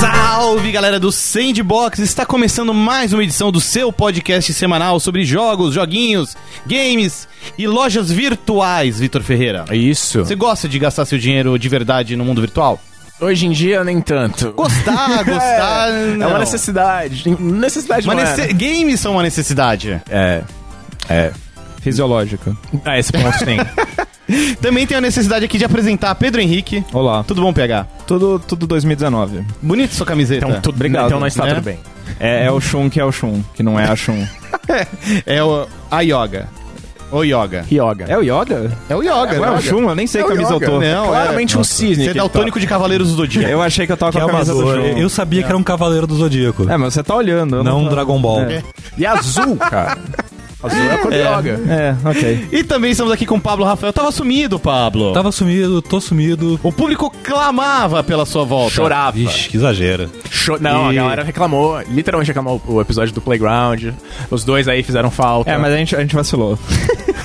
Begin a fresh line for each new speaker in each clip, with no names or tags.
Salve galera do Sandbox! Está começando mais uma edição do seu podcast semanal sobre jogos, joguinhos, games e lojas virtuais, Vitor Ferreira.
É Isso.
Você gosta de gastar seu dinheiro de verdade no mundo virtual?
Hoje em dia, nem tanto.
Gostar, gostar.
né? É uma necessidade. Necessidade
Uma
não é? era.
nece- Games são uma necessidade.
É. É.
Fisiológica.
Ah, esse ponto tem.
Também tem a necessidade aqui de apresentar Pedro Henrique.
Olá.
Tudo bom, PH?
Tudo, tudo 2019.
Bonito sua camiseta.
Então, tudo obrigado. Então, não está
né?
tudo bem.
É, é o Shun que é o Shun, que não é a Shun.
É o, a Yoga. O Yoga.
Yoga.
É o Yoga?
É o Yoga,
Não é o Shun? Eu nem sei que camisa eu tô.
Não, é.
Claramente um cisne.
Você é
que ele
daltônico de Cavaleiros do Zodíaco.
Eu achei que eu tava com
Que
a camisa do
amador.
Shun.
Eu sabia que era um Cavaleiro do Zodíaco.
É, mas você tá olhando. eu
não um
tô-
Dragon Ball.
É.
tá. E azul, cara. azul é a cor do yoga.
É, ok.
E também estamos aqui com o Pablo Rafael. Tava sumido, Pablo.
Tava sumido, tô sumido.
O público clamava pela sua volta.
Chorava.
Ixi, que exagero.
Cho- Não,
E-
a galera reclamou. Literalmente reclamou o episódio do Playground. Os dois aí fizeram falta.
É, mas a gente, a gente vacilou.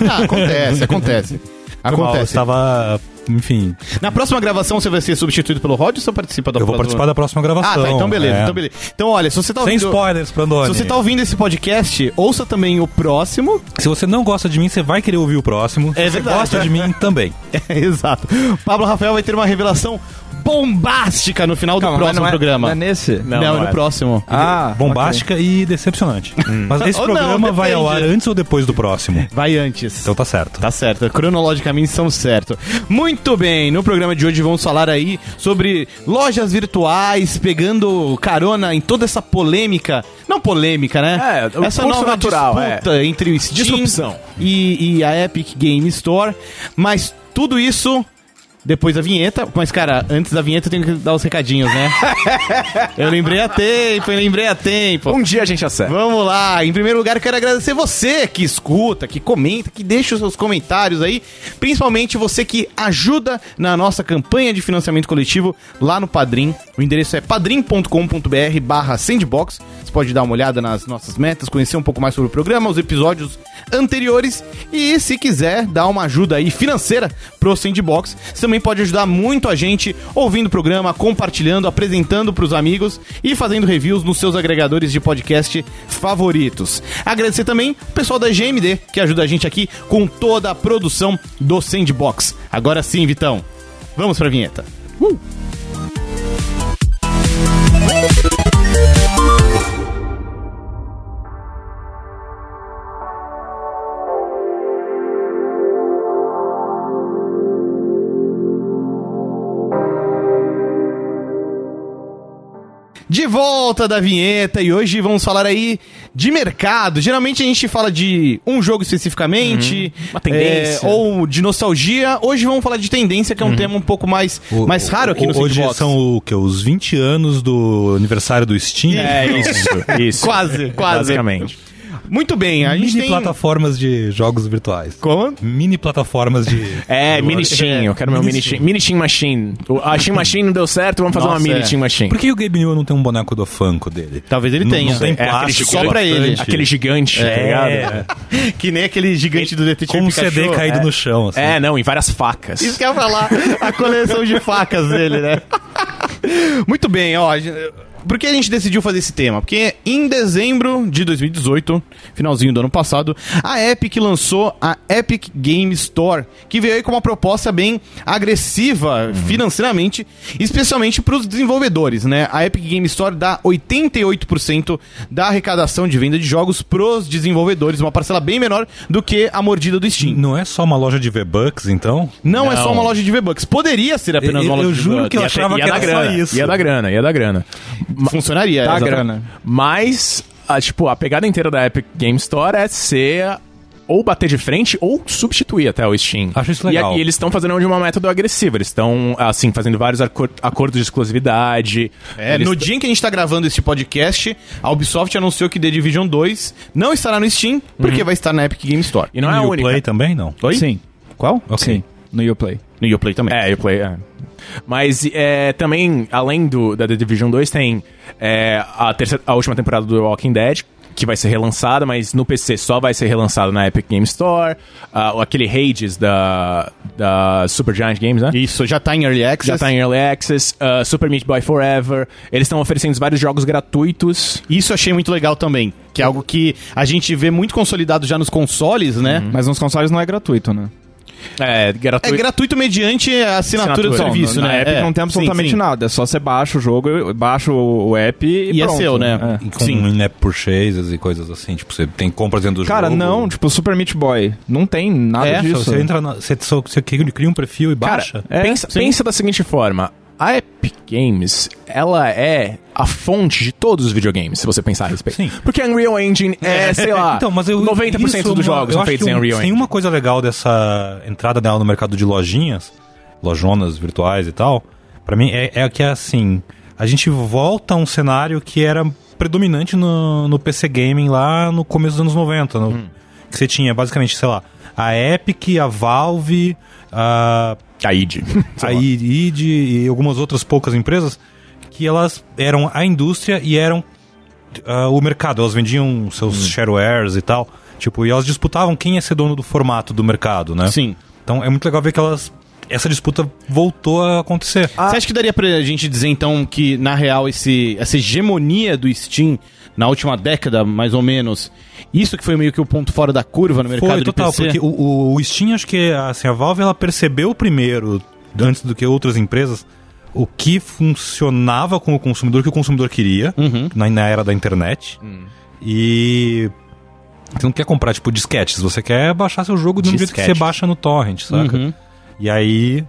Ah, acontece, acontece.
Foi mal, eu
Acontece.
estava. Enfim.
Na próxima gravação você vai ser substituído pelo Rod ou você participa da
Eu vou participar da próxima gravação.
Ah, tá, então beleza,
é.
então beleza. Então olha, se você tá
Sem
ouvindo...
spoilers, Brandoni.
Se você tá ouvindo esse podcast, ouça também o próximo.
Se você não gosta de mim, você vai querer ouvir o próximo.
É
Se você
verdade.
gosta de mim também.
É, exato. Pablo Rafael vai ter uma revelação bombástica no final do
Calma, mas
próximo
não é,
programa.
Não é nesse?
Não,
não
é no
é.
próximo.
Ah,
Bombástica e decepcionante. Mas esse
Hum. Ou não,
programa vai ao ar
depende.
antes ou depois do próximo.
Vai antes.
Então tá certo.
Tá certo, cronologicamente são certo. Muito bem, no programa de hoje vamos falar aí sobre lojas virtuais, pegando carona em toda essa polêmica. Não polêmica, né?
É, o
essa
curso
nova
natural, é.
disputa entre o Steam
Disrupção.
E, e a Epic Game Store. Mas tudo isso depois da vinheta. Mas, cara, antes da vinheta eu tenho que dar os recadinhos, né? eu lembrei a tempo, eu lembrei a tempo.
Um dia a gente acerta.
Vamos lá, em primeiro lugar eu quero agradecer você que escuta, que comenta, que deixa os seus comentários aí, principalmente você que ajuda na nossa campanha de financiamento coletivo lá no Padrim. O endereço é padrim.com.br barra sandbox. Você pode dar uma olhada nas nossas metas, conhecer um pouco mais sobre o programa, os episódios anteriores e se quiser dar uma ajuda aí financeira pro Sandbox, você também pode ajudar muito a gente ouvindo o programa, compartilhando, apresentando pros amigos e fazendo reviews nos seus agregadores de podcast favoritos. Agradecer também o pessoal da GMD que ajuda a gente aqui com toda a produção do Sandbox. Agora sim, Vitão. Vamos pra vinheta. De volta da vinheta e hoje vamos falar aí de mercado. Geralmente a gente fala de um jogo especificamente,
Uhum. Uma tendência. Uhum.
é, ou de nostalgia. Hoje vamos falar de tendência, que é um tema um pouco mais,
O-
mais raro aqui
o-
no
Hoje
Sandbox.
são o que? Os 20 anos do aniversário do Steam.
É isso, isso.
Quase, quase.
Basicamente.
Muito bem, a gente tem...
Mini
um
plataformas de jogos virtuais.
Como?
Mini plataformas de.
É,
do-
Minichin, eu quero meu Minichin. Minichin Machine. O- A Shin Machine não deu certo, vamos fazer
Nossa,
uma
é.
Minichin Machine.
Por que o Gabe Newell não tem um boneco do Funko dele?
Talvez ele
Não-
tenha.
Não tem
É, aquele
plástico.
só pra ele.
bastante.
Aquele gigante, tá ligado?
É,
Que nem aquele gigante do Detetive
com um
Pikachu.
CD caído
é.
no chão. assim.
É, não, e várias facas.
Isso que eu ia falar, a coleção de facas dele, né? Muito bem, ó. a gen- Por que a gente decidiu fazer esse tema? Porque em dezembro de 2018, finalzinho do ano passado, a Epic lançou a Epic Game Store, que veio aí com uma proposta bem agressiva financeiramente, especialmente para os desenvolvedores, né? A Epic Game Store dá 88% da arrecadação de venda de jogos pros desenvolvedores, uma parcela bem menor do que a mordida do Steam.
Não é só uma loja de V-Bucks, então?
Não, é
Não.
só uma loja de V-Bucks. Poderia ser apenas
Eu-
uma loja
eu
de
juro
V-Bucks.
que eu
Ia ter-
achava
ia
que
dar
era só
grana,
isso. Né.
Ia da grana, ia da grana.
Funcionaria.
Dá
exatamente.
Tá grana.
Mas, a, tipo, a pegada inteira da Epic Game Store é ser ou bater de frente ou substituir até o Steam.
Acho isso
E a-
legal.
E, eles estão fazendo de uma método agressiva. Eles estão, assim, fazendo vários acor- acordos de exclusividade.
É,
Eles
no dia em que a gente tá gravando esse podcast, a Ubisoft anunciou que The Division 2 não estará no Steam, porque
Uhum.
vai estar na Epic Game Store.
E não é
E
a
o
única.
Play também, não?
Sim. Qual?
Ok.
Sim. No Uplay.
No Uplay também.
É, eu play. É. Mas é, também, além do, da The Division 2, tem é, a, terceira, a última temporada do The Walking Dead, que vai ser relançada, mas no PC só vai ser relançada na Epic Game Store. Ah, ou aquele Hades da, da Supergiant Games, né?
Isso, já tá em Early Access.
Já tá em Early Access, ah, Super Meat Boy Forever. Eles estão oferecendo vários jogos gratuitos.
Isso eu achei muito legal também. Que é algo que a gente vê muito consolidado já nos consoles, né?
Mas nos consoles não é gratuito, né?
É,
É
gratuito.
gratuito mediante a assinatura, do
Assinatura.
serviço,
na
né?
Epic
É,
não tem
sim,
absolutamente
sim.
nada. É só você baixa o jogo, baixa o o app e,
E é
pronto.
seu, né?
É.
Com in-app purchases e coisas assim. Tipo, você tem compras dentro do
Cara,
jogo.
não, tipo, Super Meat Boy. Não tem nada
É,
Só
disso.
Você entra na, você, só- você cria um perfil e
Cara,
baixa.
É,
pensa,
sim.
pensa da seguinte forma. A Epic Games, ela é a fonte de todos os videogames, se você pensar a respeito.
Sim.
Porque Unreal Engine é, sei lá,
Então, mas eu,
90%
isso é uma-
dos jogos
eu
são
acho
feitos
que
em
um-
Unreal
Tem
Engine.
uma coisa legal dessa entrada dela no mercado de lojinhas, lojonas virtuais e tal, pra mim é, é que é assim, a gente volta a um cenário que era predominante no, no PC Gaming lá no começo dos anos 90, no-
Hum.
que você tinha basicamente, sei lá, a Epic, a Valve, a
A id.
a ID e algumas outras poucas empresas que elas eram a indústria e eram ah, o mercado. Elas vendiam seus sharewares e tal. Tipo, e elas disputavam quem ia ser dono do formato do mercado, né?
Sim.
Então é muito legal ver que elas. Essa disputa voltou a acontecer.
Você acha que daria pra gente dizer, então, que, na real, esse, essa hegemonia do Steam na última década, mais ou menos, isso que foi meio que o ponto fora da curva no mercado
Foi
de
total,
PC?
porque o, o, o Steam, acho que assim, a Valve ela percebeu primeiro, antes do que outras empresas, o que funcionava com o consumidor, o que o consumidor queria
Uhum.
na, na era da internet. E você não quer comprar, tipo, disquetes, você quer baixar seu jogo do mesmo jeito que você
Disquetes.
baixa no torrent, saca?
Uhum.
E aí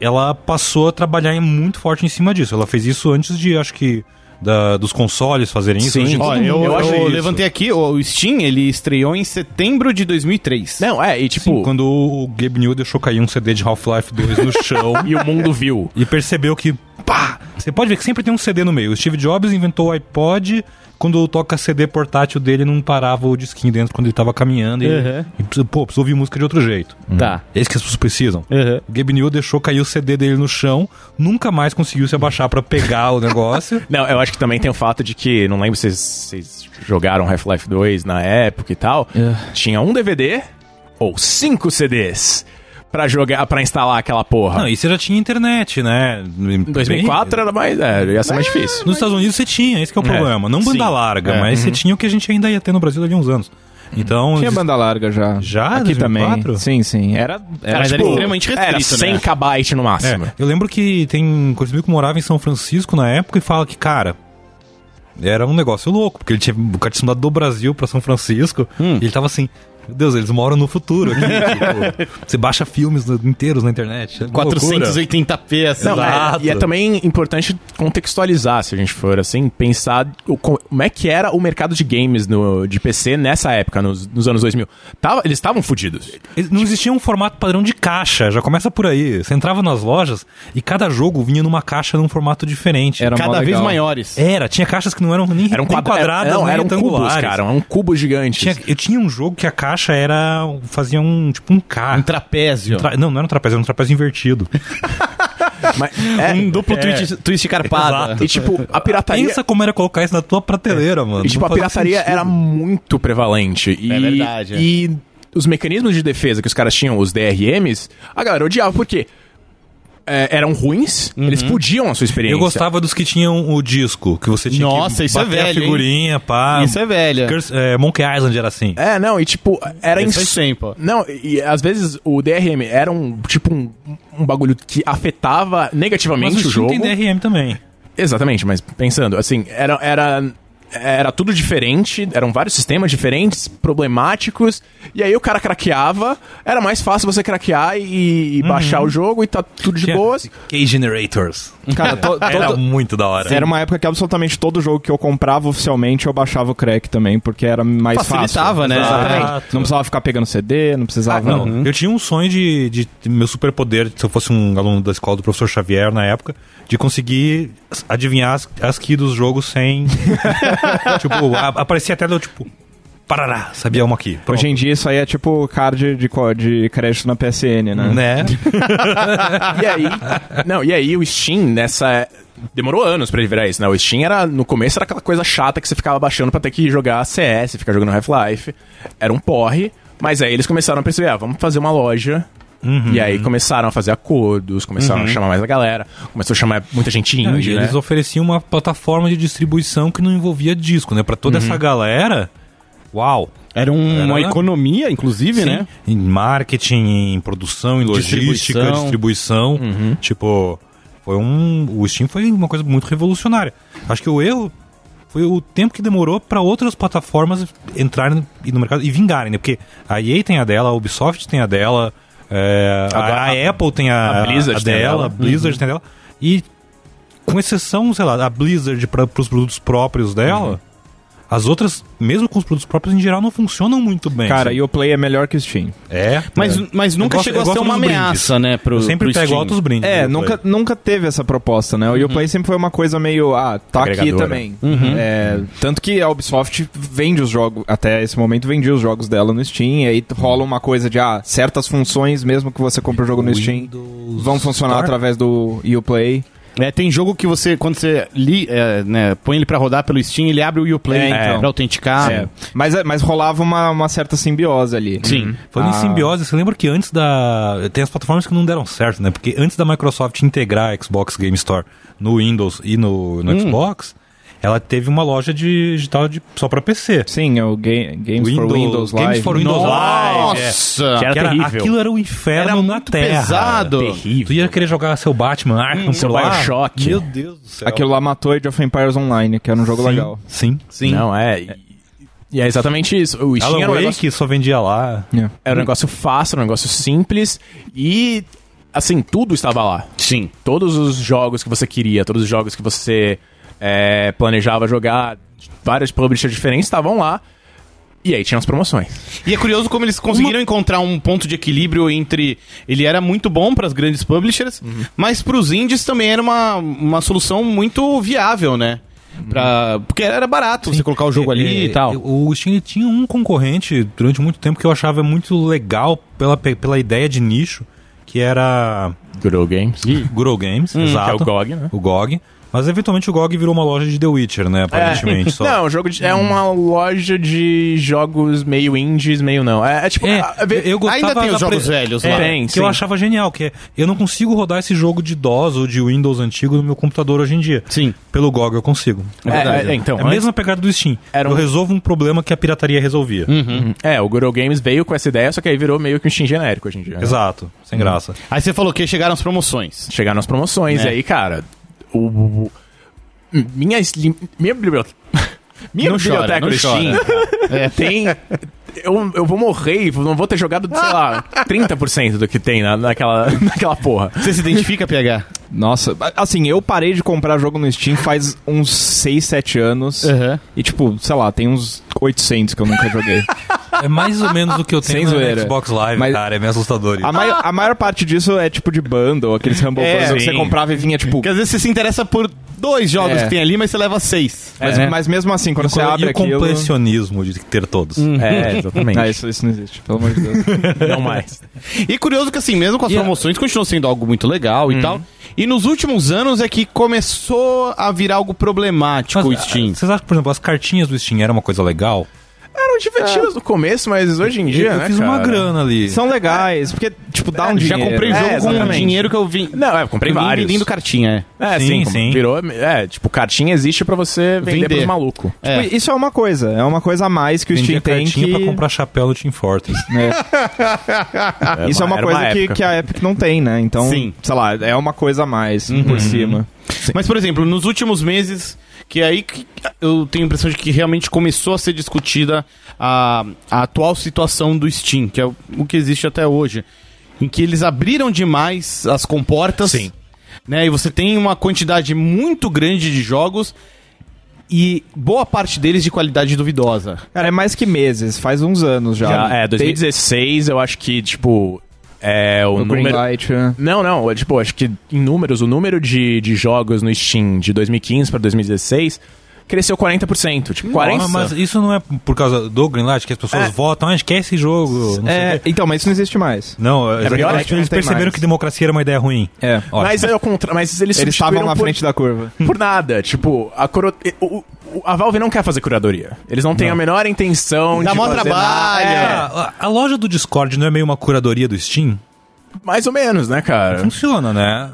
ela passou a trabalhar em- muito forte em cima disso. Ela fez isso antes de, acho que, da- dos consoles fazerem isso.
Sim.
Hoje em
Ó,
dia todo
eu,
mundo
eu
faz isso.
levantei aqui, o Steam, ele estreou em setembro de 2003.
Não, é, e tipo,
Sim, assim, quando o Gabe New deixou cair um CD de Half-Life 2 no chão
e o mundo viu.
e percebeu que, pá, você pode ver que sempre tem um CD no meio. O Steve Jobs inventou o iPod, quando toca CD portátil dele não parava o disquinho dentro quando ele tava caminhando e,
Uhum.
e precisa- pô, precisa ouvir música de outro jeito.
Tá.
É isso que as pessoas precisam.
Uhum.
O Gabe New deixou cair o CD dele no chão, nunca mais conseguiu se abaixar pra pegar o negócio.
Não, eu acho que também tem o fato de que, não lembro se vocês- vocês jogaram Half-Life 2 na época e tal.
É.
Tinha um DVD ou cinco CDs pra jogar, para instalar aquela porra.
Não, e você já tinha internet, né? Em
Em 2004 era mais, é, ia ser mais difícil.
Nos Estados Unidos você tinha, esse que é o
É,
problema. Não banda
sim.
larga,
É,
mas você tinha o que a gente ainda ia ter no Brasil daqui a uns anos. Então,
Tinha
exist-
banda larga já.
Já?
Aqui
2004?
também. Sim, sim. Era, era
É, Mas
tipo,
era extremamente restrito,
era 100
né?
KB no
É,
máximo.
eu lembro que tem conhecido que morava em São Francisco na época e fala que, cara, era um negócio louco, porque ele tinha o cara tinha se mudado do Brasil pra São Francisco
Hum.
e ele tava assim. Meu Deus, eles moram no futuro aqui. tipo, você baixa filmes no- inteiros na internet. é uma loucura.
480p, assim.
Não, é,
Exato.
e é também importante contextualizar, se a gente for assim, pensar o co- como é que era o mercado de games no, de PC nessa época, nos, nos anos 2000. Tava, eles estavam fodidos.
Eles- Não existia um formato padrão de caixa, já começa por aí. Você entrava nas lojas e cada jogo vinha numa caixa num formato diferente.
Era mó
Cada vez
legal.
maiores.
Era, tinha caixas que não eram nem,
Eram um
nem
quadra é,
quadradas,
não,
nem
eram cubos,
retangulares.
cara, um eram cubos gigantes.
Tinha- eu tinha um jogo que a caixa era. fazia um tipo um K.
Um trapézio.
Tra- Não, não era um trapézio, era um trapézio invertido.
Mas- é,
Um duplo twist, twist carpado.
Exato.
e tipo, a pirataria,
Pensa como era colocar isso na tua prateleira, mano.
e, tipo,
Não
a
fazia
pirataria
sentido.
era muito prevalente. E,
É verdade, é.
E os mecanismos de defesa que os caras tinham, os DRMs, a galera odiava, porque é, eram ruins, eles podiam a sua experiência.
Uhum. Eu gostava dos que tinham o disco, que você tinha
Nossa,
que
isso é
bater a
velho, hein?
figurinha, pá.
Isso é velha.
Curse- é, Monkey Island era assim.
É, não, e tipo, era
é
Isso
ins-
faz tempo.
Não, e às vezes o DRM era um tipo um, um bagulho que afetava negativamente
Mas
o
um o Steam
jogo.
tem DRM também.
Exatamente, mas pensando, assim, era, era, era tudo diferente, eram vários sistemas diferentes, problemáticos, e aí o cara craqueava, era mais fácil você craquear e, e baixar o jogo e tá tudo de
Tinha
boas.
Key Generators.
Cara, to-
Ah,
Era
todo-
muito da hora.
era uma época que absolutamente todo jogo que eu comprava oficialmente eu baixava o crack também, porque era mais
Facilitava,
fácil.
né?
Exatamente.
Exato.
Não precisava ficar pegando CD, não precisava.
Não,
uhum.
eu tinha um sonho de, de ter meu superpoder, se eu fosse um aluno da escola do professor Xavier na época, de conseguir s- adivinhar as, as keys dos jogos sem. tipo, a- aparecia até do tipo. parará, sabia uma aqui. Pronto.
Hoje em dia isso aí é tipo card de, co- de crédito na PSN, né?
né?
E aí, não, e aí o Steam nessa demorou anos pra ele virar isso, né? O Steam era no começo era aquela coisa chata que você ficava baixando pra ter que jogar CS, ficar jogando Half-Life. Era um porre, mas aí eles começaram a perceber, ah, vamos fazer uma loja.
Uhum.
E aí começaram a fazer acordos, começaram a chamar mais a galera, começou a chamar muita gente
Não,
indie,
e
né?
Então, eles ofereciam uma plataforma de distribuição que não envolvia disco, né? Pra toda essa galera, uau!
Era um-
Era,
uma
né?
economia, inclusive, né?
Em marketing, em produção, em logística,
Distribuição.
distribuição. Tipo, foi um. O Steam foi uma coisa muito revolucionária. Acho que o erro foi o tempo que demorou pra outras plataformas entrarem no mercado e vingarem, né? Porque a EA tem a dela, a Ubisoft tem a dela, é, a,
A-
a Apple tem a,
a Blizzard tem a
dela,
dela.
a Blizzard tem a dela. E com exceção, sei lá, da Blizzard para os produtos próprios dela. As outras, mesmo com os produtos próprios, em geral, não funcionam muito bem. assim.
Cara,
sabe?
e o Play é melhor que o Steam.
É.
Mas, mas nunca
Eu gosto-
chegou
eu
a ser
gosto
uma
dos brindes.
ameaça, né? Pro,
Eu sempre
pro
pego
Steam.
altos brindes. né?
É,
do
nunca,
Play.
nunca teve essa proposta,
Uhum.
né? O Uplay sempre foi uma coisa meio, ah, tá aqui
Agregadora.
também. É, tanto que a Ubisoft vende os jogos, até esse momento vendia os jogos dela no Steam, e aí rola uma coisa de, ah, certas funções, mesmo que você compre o jogo no Steam,
Windows
vão funcionar
Store?
através do Uplay.
É, tem jogo que você, quando você li, é, né, põe ele pra rodar pelo Steam, ele abre o Uplay
É, então.
pra
Ah.
autenticar.
É. Mas, mas rolava uma, uma certa simbiose ali.
Sim.
Falando
Ah.
em simbiose, você lembra que antes da. Tem as plataformas que não deram certo, né? Porque antes da Microsoft integrar a Xbox Game Store no Windows e no, no Xbox, ela teve uma loja de digital de, só pra PC.
Sim, é o Ga- Games for Windows Live.
Games for Windows Live. é.
Nossa!
Que era
Que era-
terrível.
aquilo era o inferno
Era
na
muito
Terra.
pesado.
Tu ia querer jogar seu Batman Arkham,
seu
lá.
BioShock.
Meu Deus do céu.
Aquilo lá matou Age of Empires Online, que era um jogo
sim,
legal.
Sim.
Sim.
Não, é. E, e é exatamente isso. O Steam
Alan
era um
Wake
negócio
só vendia lá.
Yeah.
Era um negócio fácil, era um negócio simples e assim, tudo estava lá.
Sim.
Todos os jogos que você queria, todos os jogos que você é, planejava jogar, vários publishers diferentes estavam lá. E aí tinha as promoções.
E é curioso como eles conseguiram encontrar um ponto de equilíbrio entre. Ele era muito bom para as grandes publishers,
Uhum.
mas para os indies também era uma, uma solução muito viável, né? Pra,
Uhum.
porque era barato você colocar o jogo ali
É,
e tal.
O Steam tinha um concorrente durante muito tempo que eu achava muito legal pela, pe- pela ideia de nicho, que era
Grow Games.
Grow Games,
Que é o
exato,
GOG, né?
o GOG. Mas eventualmente o GOG virou uma loja de The Witcher, né? Aparentemente. Só.
É.
Hum.
Não, o jogo de- é uma loja de jogos meio indies, meio não. É, é tipo.
É,
a- a-
eu- eu gostava
Ainda tem
da
os jogos velhos lá.
É,
né? Tem,
que eu
sim.
achava genial, que é, eu não consigo rodar esse jogo de DOS ou de Windows antigo no meu computador hoje em dia.
Sim.
Pelo GOG eu consigo.
É,
verdade.
é, então,
é a mesma pegada do Steam.
Era um-
Eu resolvo um problema que a pirataria resolvia.
É, o Grow Games veio com essa ideia, só que aí virou meio que um Steam genérico hoje em dia. né?
Exato. Sem graça.
Aí você falou que chegaram as promoções.
chegar nas promoções.
Né.
É.
E aí, cara, o, o- o- minha, sli- minha biblioteca. Minha
Não chora,
biblioteca
não
do Steam
É.
tem. Eu, eu vou morrer e não vou ter jogado, sei lá, 30% do que tem na, naquela, naquela porra.
Você se identifica, PH?
Nossa, assim, eu parei de comprar jogo no Steam faz uns 6, 7 anos.
Uhum.
E tipo, sei lá, tem uns 800 que eu nunca joguei.
É mais ou menos o que eu
Sem
tenho no
zoeira.
Xbox Live,
Mas-
cara. É meio assustador isso.
a, mai- a maior parte disso é tipo de bundle, aqueles Humble
É,
Bundle que você
sim.
comprava e vinha tipo...
Porque às vezes você se interessa por dois jogos
É.
que tem ali, mas você leva seis.
Mas,
É.
mas mesmo assim, quando
E
você
o-
abre Hum.
e o
aquilo...
completionismo de ter todos.
É, exatamente.
Ah, isso, isso não existe, pelo amor de Deus.
Não mais.
E curioso que assim, mesmo com as
E a-
promoções, continuou sendo algo muito legal e tal. E nos últimos anos é que começou a virar algo
Tipo
problemático
Mas,
o Steam.
ah, Vocês acham que, por exemplo, as cartinhas do Steam era uma coisa legal?
Eram divertidas no começo, mas hoje em dia.
eu
né,
fiz uma
cara?
grana ali.
São legais, porque tipo, dá um
já
dinheiro.
comprei o jogo
É,
com um o
exatamente.
dinheiro que eu vim.
Não, é, eu comprei
eu vim
vários.
vendendo cartinha, é.
É,
um Sim,
sim, como
sim.
Virou. É, tipo, cartinha existe pra você vender,
Vender.
pros malucos.
É.
Tipo, Isso é uma coisa, é uma coisa a mais que o Steam
Vendia
tem
cartinha
que...
pra comprar chapéu no Team Fortress.
É
Isso é uma
era
coisa que,
época.
que a Epic não tem, né? Então,
Sim.
sei lá, é uma coisa a mais por cima.
Mas, por exemplo, nos últimos meses, que é aí que eu tenho a impressão de que realmente começou a ser discutida a, a atual situação do Steam, que é o, o que existe até hoje. Em que eles abriram demais as comportas.
Sim.
Né, e você tem uma quantidade muito grande de jogos e boa parte deles de qualidade duvidosa.
Cara, é mais que meses, faz uns anos já.
Já, é,
Tem-
2016, eu acho que, tipo, é o,
O
número.
Greenlight, né?
Não, não, é, tipo, acho que em números, o número de, de jogos no Steam de 2015 pra 2016 cresceu 40%. Tipo, 40%.
Mas, mas isso não é por causa do Greenlight, que as pessoas votam, ah, esquece esse jogo. Não, sei o
É,
quê.
então, mas isso não existe mais.
não é
pior,
eles,
acho que
eles
não tem
perceberam
mais.
que democracia era uma ideia ruim.
É.
Ótimo.
Mas é o contrário, mas eles,
Eles estavam
substituíram
na
por-
frente da curva.
por nada. Tipo, a, coro- o- o- a Valve não quer fazer curadoria. Eles não têm a menor intenção
Dá
de
mó
fazer
trabalho.
é.
nada.
A, Ah, a- a loja do Discord não é meio uma curadoria do Steam?
É, mais ou menos, né, cara?
Funciona, né?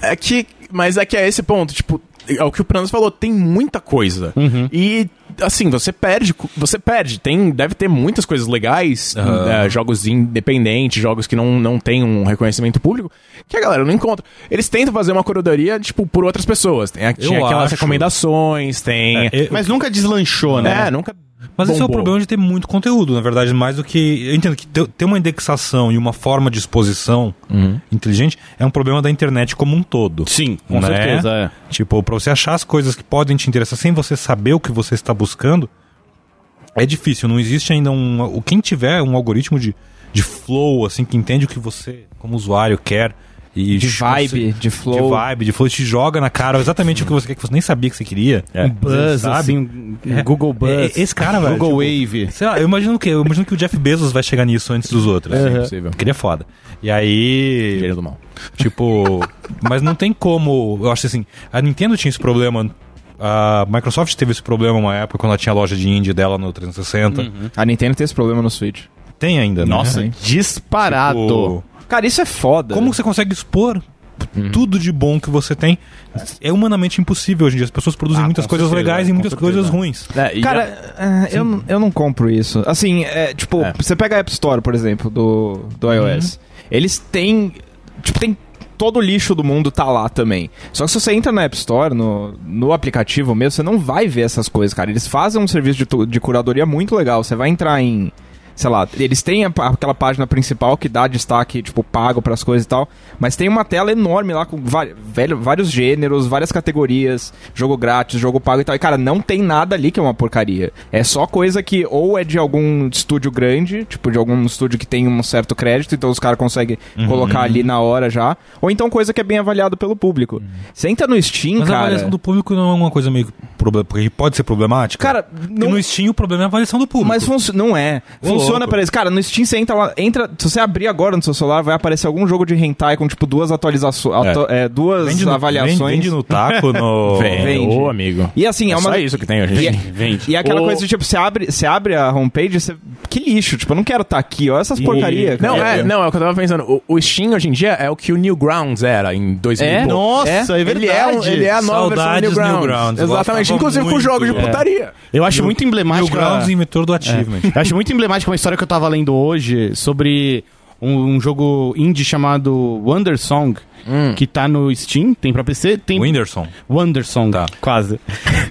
É que, mas é que é esse ponto, tipo, é o que o Pranos falou, tem muita coisa.
Uhum.
E assim, você perde, cu- você perde, tem, deve ter muitas coisas legais, né, jogos independentes, jogos que não, não tem um reconhecimento público, que a galera não encontra. Eles tentam fazer uma curadoria, tipo, por outras pessoas. Tem, a- tinha aquelas
acho.
recomendações, tem...
É,
Mas nunca deslanchou, né?
É, nunca.
Mas esse é o
bombou.
problema de ter muito conteúdo, na verdade, mais do que. Eu entendo que ter, ter uma indexação e uma forma de exposição
Uhum.
inteligente é um problema da internet como um todo.
Sim, com
Né?
certeza. É.
Tipo, pra você achar as coisas que podem te interessar sem você saber o que você está buscando, é difícil. Não existe ainda um. o- Quem tiver um algoritmo de, de flow, assim, que entende o que você, como usuário, quer. E
De
você-
vibe, de flow.
De vibe, de flow, te joga na cara exatamente o que você quer, que você nem sabia que você queria.
É.
Um buzz,
sabe?
assim, um um Google Buzz.
É, esse cara, velho, tipo,
Google Wave.
Sei lá, eu imagino que eu imagino que o Jeff Bezos vai chegar nisso antes dos outros.
Sim, possível.
Queria foda. E aí,
do mal.
tipo, mas não tem como, eu acho assim, a Nintendo tinha esse problema, a Microsoft teve esse problema uma época quando ela tinha a loja de indie dela no 360.
Uhum.
A Nintendo tem esse problema no Switch.
Tem ainda, né?
Nossa,
Tipo,
disparado.
Cara, isso é foda.
Uhum.
como você consegue expor tudo de bom que você tem? É humanamente impossível hoje em dia. As pessoas produzem
Ah,
muitas
com
coisas
certeza,
legais e
com
muitas
certeza.
coisas ruins.
É, e
Cara,
a-
eh, eu, n- eu não compro isso. Assim, é, tipo,
É. Uhum.
você pega a App Store, por exemplo, do, do iOS. Eles têm. Tipo, tem. Todo o lixo do mundo tá lá também. Só que se você entra na App Store, no, no aplicativo mesmo, você não vai ver essas coisas, cara. Eles fazem um serviço de, tu- de curadoria muito legal. Você vai entrar em. Sei lá, eles têm a pa- aquela página principal que dá destaque, tipo, pago pras coisas e tal. Mas tem uma tela enorme lá com va- velho- vários gêneros, várias categorias, jogo grátis, jogo pago e tal. E, cara, não tem nada ali que é uma porcaria. É só coisa que ou é de algum estúdio grande, tipo, de algum estúdio que tem um certo crédito, então os caras conseguem
Uhum.
colocar ali na hora já. Ou então coisa que é bem avaliada pelo público. Você entra no Steam,
Uhum. Mas a
cara.
avaliação do público não é uma coisa meio problema, porque pode ser problemática.
Cara,
Porque
não.
no Steam o problema é a avaliação do público.
Mas funci- não é.
Ô,
Funciona
louco.
pra eles. Cara, no Steam você entra lá. Entra, se você abrir agora no seu celular, vai aparecer algum jogo de hentai com, tipo, duas atualizações. duas
É. Vende no-
avaliações.
Vende, vende no taco, no...
Vem,
vende.
ô amigo.
E assim, é,
É
uma.
só isso que tem hoje.
E,
gente.
Vende.
e é aquela
O-
coisa, tipo, você abre, você abre a homepage, você. Que lixo, tipo, eu não quero estar aqui, ó. Essas porcaria.
Não,
cara.
é, não, é o que eu tava pensando. O, o Steam hoje em dia é o que o Newgrounds era em 2000.
É?
e pouco.
Nossa, é
Ele é, um-
verdade.
ele é a nova versão
Saudades
do Newgrounds.
Newgrounds.
Exatamente,
Gostava
inclusive com
muito.
jogos de
É.
putaria.
Eu acho
New-
muito
Mil
emblemático.
graus
a-
é inventor do achievement.
Eu acho muito emblemática uma história que eu tava lendo hoje sobre um, um jogo indie chamado Wonder Song,
Hum.
que tá no Steam, tem pra PC, tem
Whindersson.
Wonder Song,
Tá.
quase.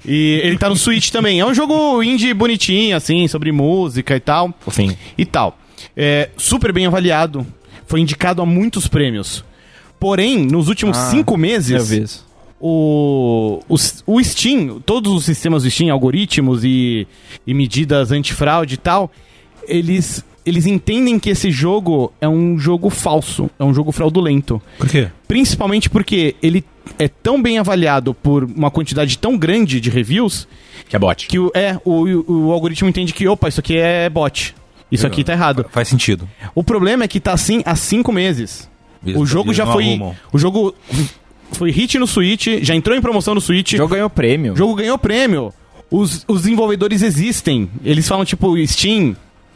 E ele tá no Switch também. É um jogo indie bonitinho, assim, sobre música e tal.
Enfim.
E tal. É, super bem avaliado. Foi indicado a muitos prêmios. Porém, nos últimos
Ah,
cinco meses,
Eu vi isso.
o, o, o Steam, todos os sistemas do Steam, algoritmos e, e medidas antifraude e tal, eles, eles entendem que esse jogo é um jogo falso, é um jogo fraudulento.
Por quê?
Principalmente porque ele é tão bem avaliado por uma quantidade tão grande de reviews
Que é bot.
que o, é, o, o algoritmo entende que, opa, isso aqui é bot. Isso aqui tá errado.
Faz sentido.
O problema é que tá assim há cinco meses.
Eles-
o jogo
eles
já
não
foi.
arrumam.
O jogo foi hit no Switch, já entrou em promoção no Switch.
O jogo ganhou prêmio.
O jogo ganhou prêmio. Os, os desenvolvedores existem. Eles falam, tipo, Steam,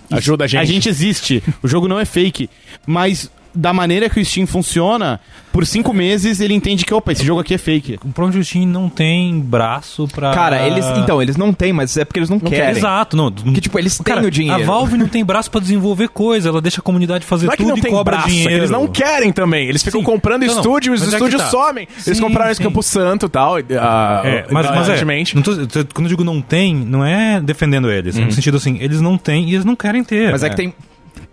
Ajuda a gente.
a gente existe. O jogo não é fake. Mas da maneira que o Steam funciona, por cinco meses ele entende que, opa, esse jogo aqui é fake.
Pra onde o Steam não tem braço pra...
Cara, eles. Então, eles não têm, mas é porque eles não, querem.
Exato, Ah. não.
Porque, tipo, eles
Cara,
têm o dinheiro.
A Valve não tem braço pra desenvolver coisa. Ela deixa a comunidade fazer
Não é que
tudo
não
e
tem
cobra
braço, é que
dinheiro.
eles não querem também. Eles ficam
Sim.
comprando
Não, não,
estúdios,
mas
os
é que
estúdios
tá.
somem. Eles
Sim,
compraram esse
sim.
Campo Santo e tal. e, ah,
É, mas, mas é,
recentemente.
não tô- tô- quando eu digo não tem, não é defendendo eles. No sentido assim, eles não têm e eles não querem ter.
Mas é, que tem.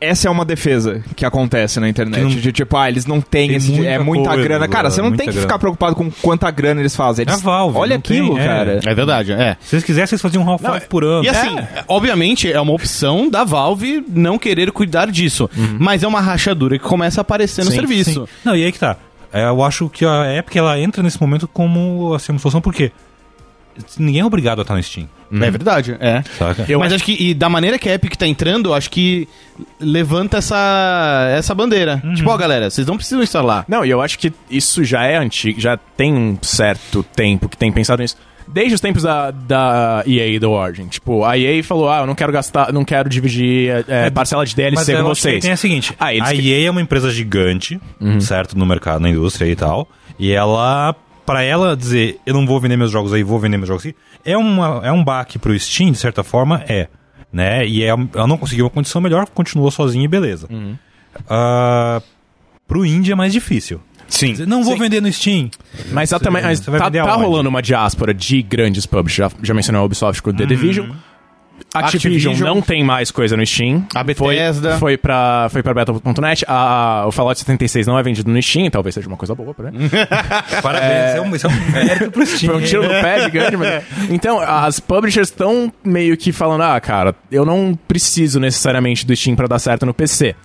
Essa é uma defesa que acontece na internet.
Que não-
De tipo, ah, eles não têm
Tem
esse. di- é
muita
muita
coisa,
grana. Cara, você não
muita
tem que
grana.
ficar preocupado com quanta grana eles fazem. Eles,
É a Valve,
olha
não tem,
aquilo,
é.
cara.
É verdade, é.
Se eles quisessem, eles faziam um Half-Life por ano.
E assim, obviamente é uma opção da Valve não querer cuidar disso. Mas é uma rachadura que começa a aparecer no
Sim,
serviço.
sim. Não, e aí que tá. É, Eu acho que a Epic ela entra nesse momento como assim, uma solução, porque ninguém é obrigado a estar no Steam,
Uhum.
É verdade, é.
saca?
Mas acho que, e da maneira que a Epic tá entrando, acho que levanta essa, essa bandeira. Tipo, ó, galera, vocês não precisam instalar.
Não, e eu acho que isso já é antigo, já tem um certo tempo que tem pensado nisso. Desde os tempos da, da EA e da Origin. Tipo, a EA falou, ah, eu não quero gastar, não quero dividir é, é, parcela de DLC
Mas eu
com
acho que
vocês.
tem a seguinte,
Ah, eles
a
que- Uhum.
EA é uma empresa gigante, certo, no mercado, na indústria e tal, e ela, pra ela dizer, eu não vou vender meus jogos aí, vou vender meus jogos aqui, é, uma, é um baque pro Steam, de certa forma, é, né, e é- ela não conseguiu uma condição melhor, continuou sozinha e beleza.
Uhum.
Ah, pro indie é mais difícil.
Sim.
Dizer, Não vou
Sim.
vender no Steam.
Mas, tá, também, mas
você vai
tá,
vender
tá
aonde?
rolando uma diáspora de grandes pubs. Já, já mencionou a Ubisoft com o The
Uhum.
Division. Activision,
Activision.
não tem mais coisa no Steam.
A Bethesda.
Foi, foi pra, foi pra Battle.net. A- O Fallout 76 não é vendido no Steam, talvez seja uma coisa boa, pra mim.
Parabéns, é... um, isso é um mérito pro Steam.
Foi um tiro no pé gigante, mas... Então, as publishers estão meio que falando, ah, cara, eu não preciso necessariamente do Steam pra dar certo no PC.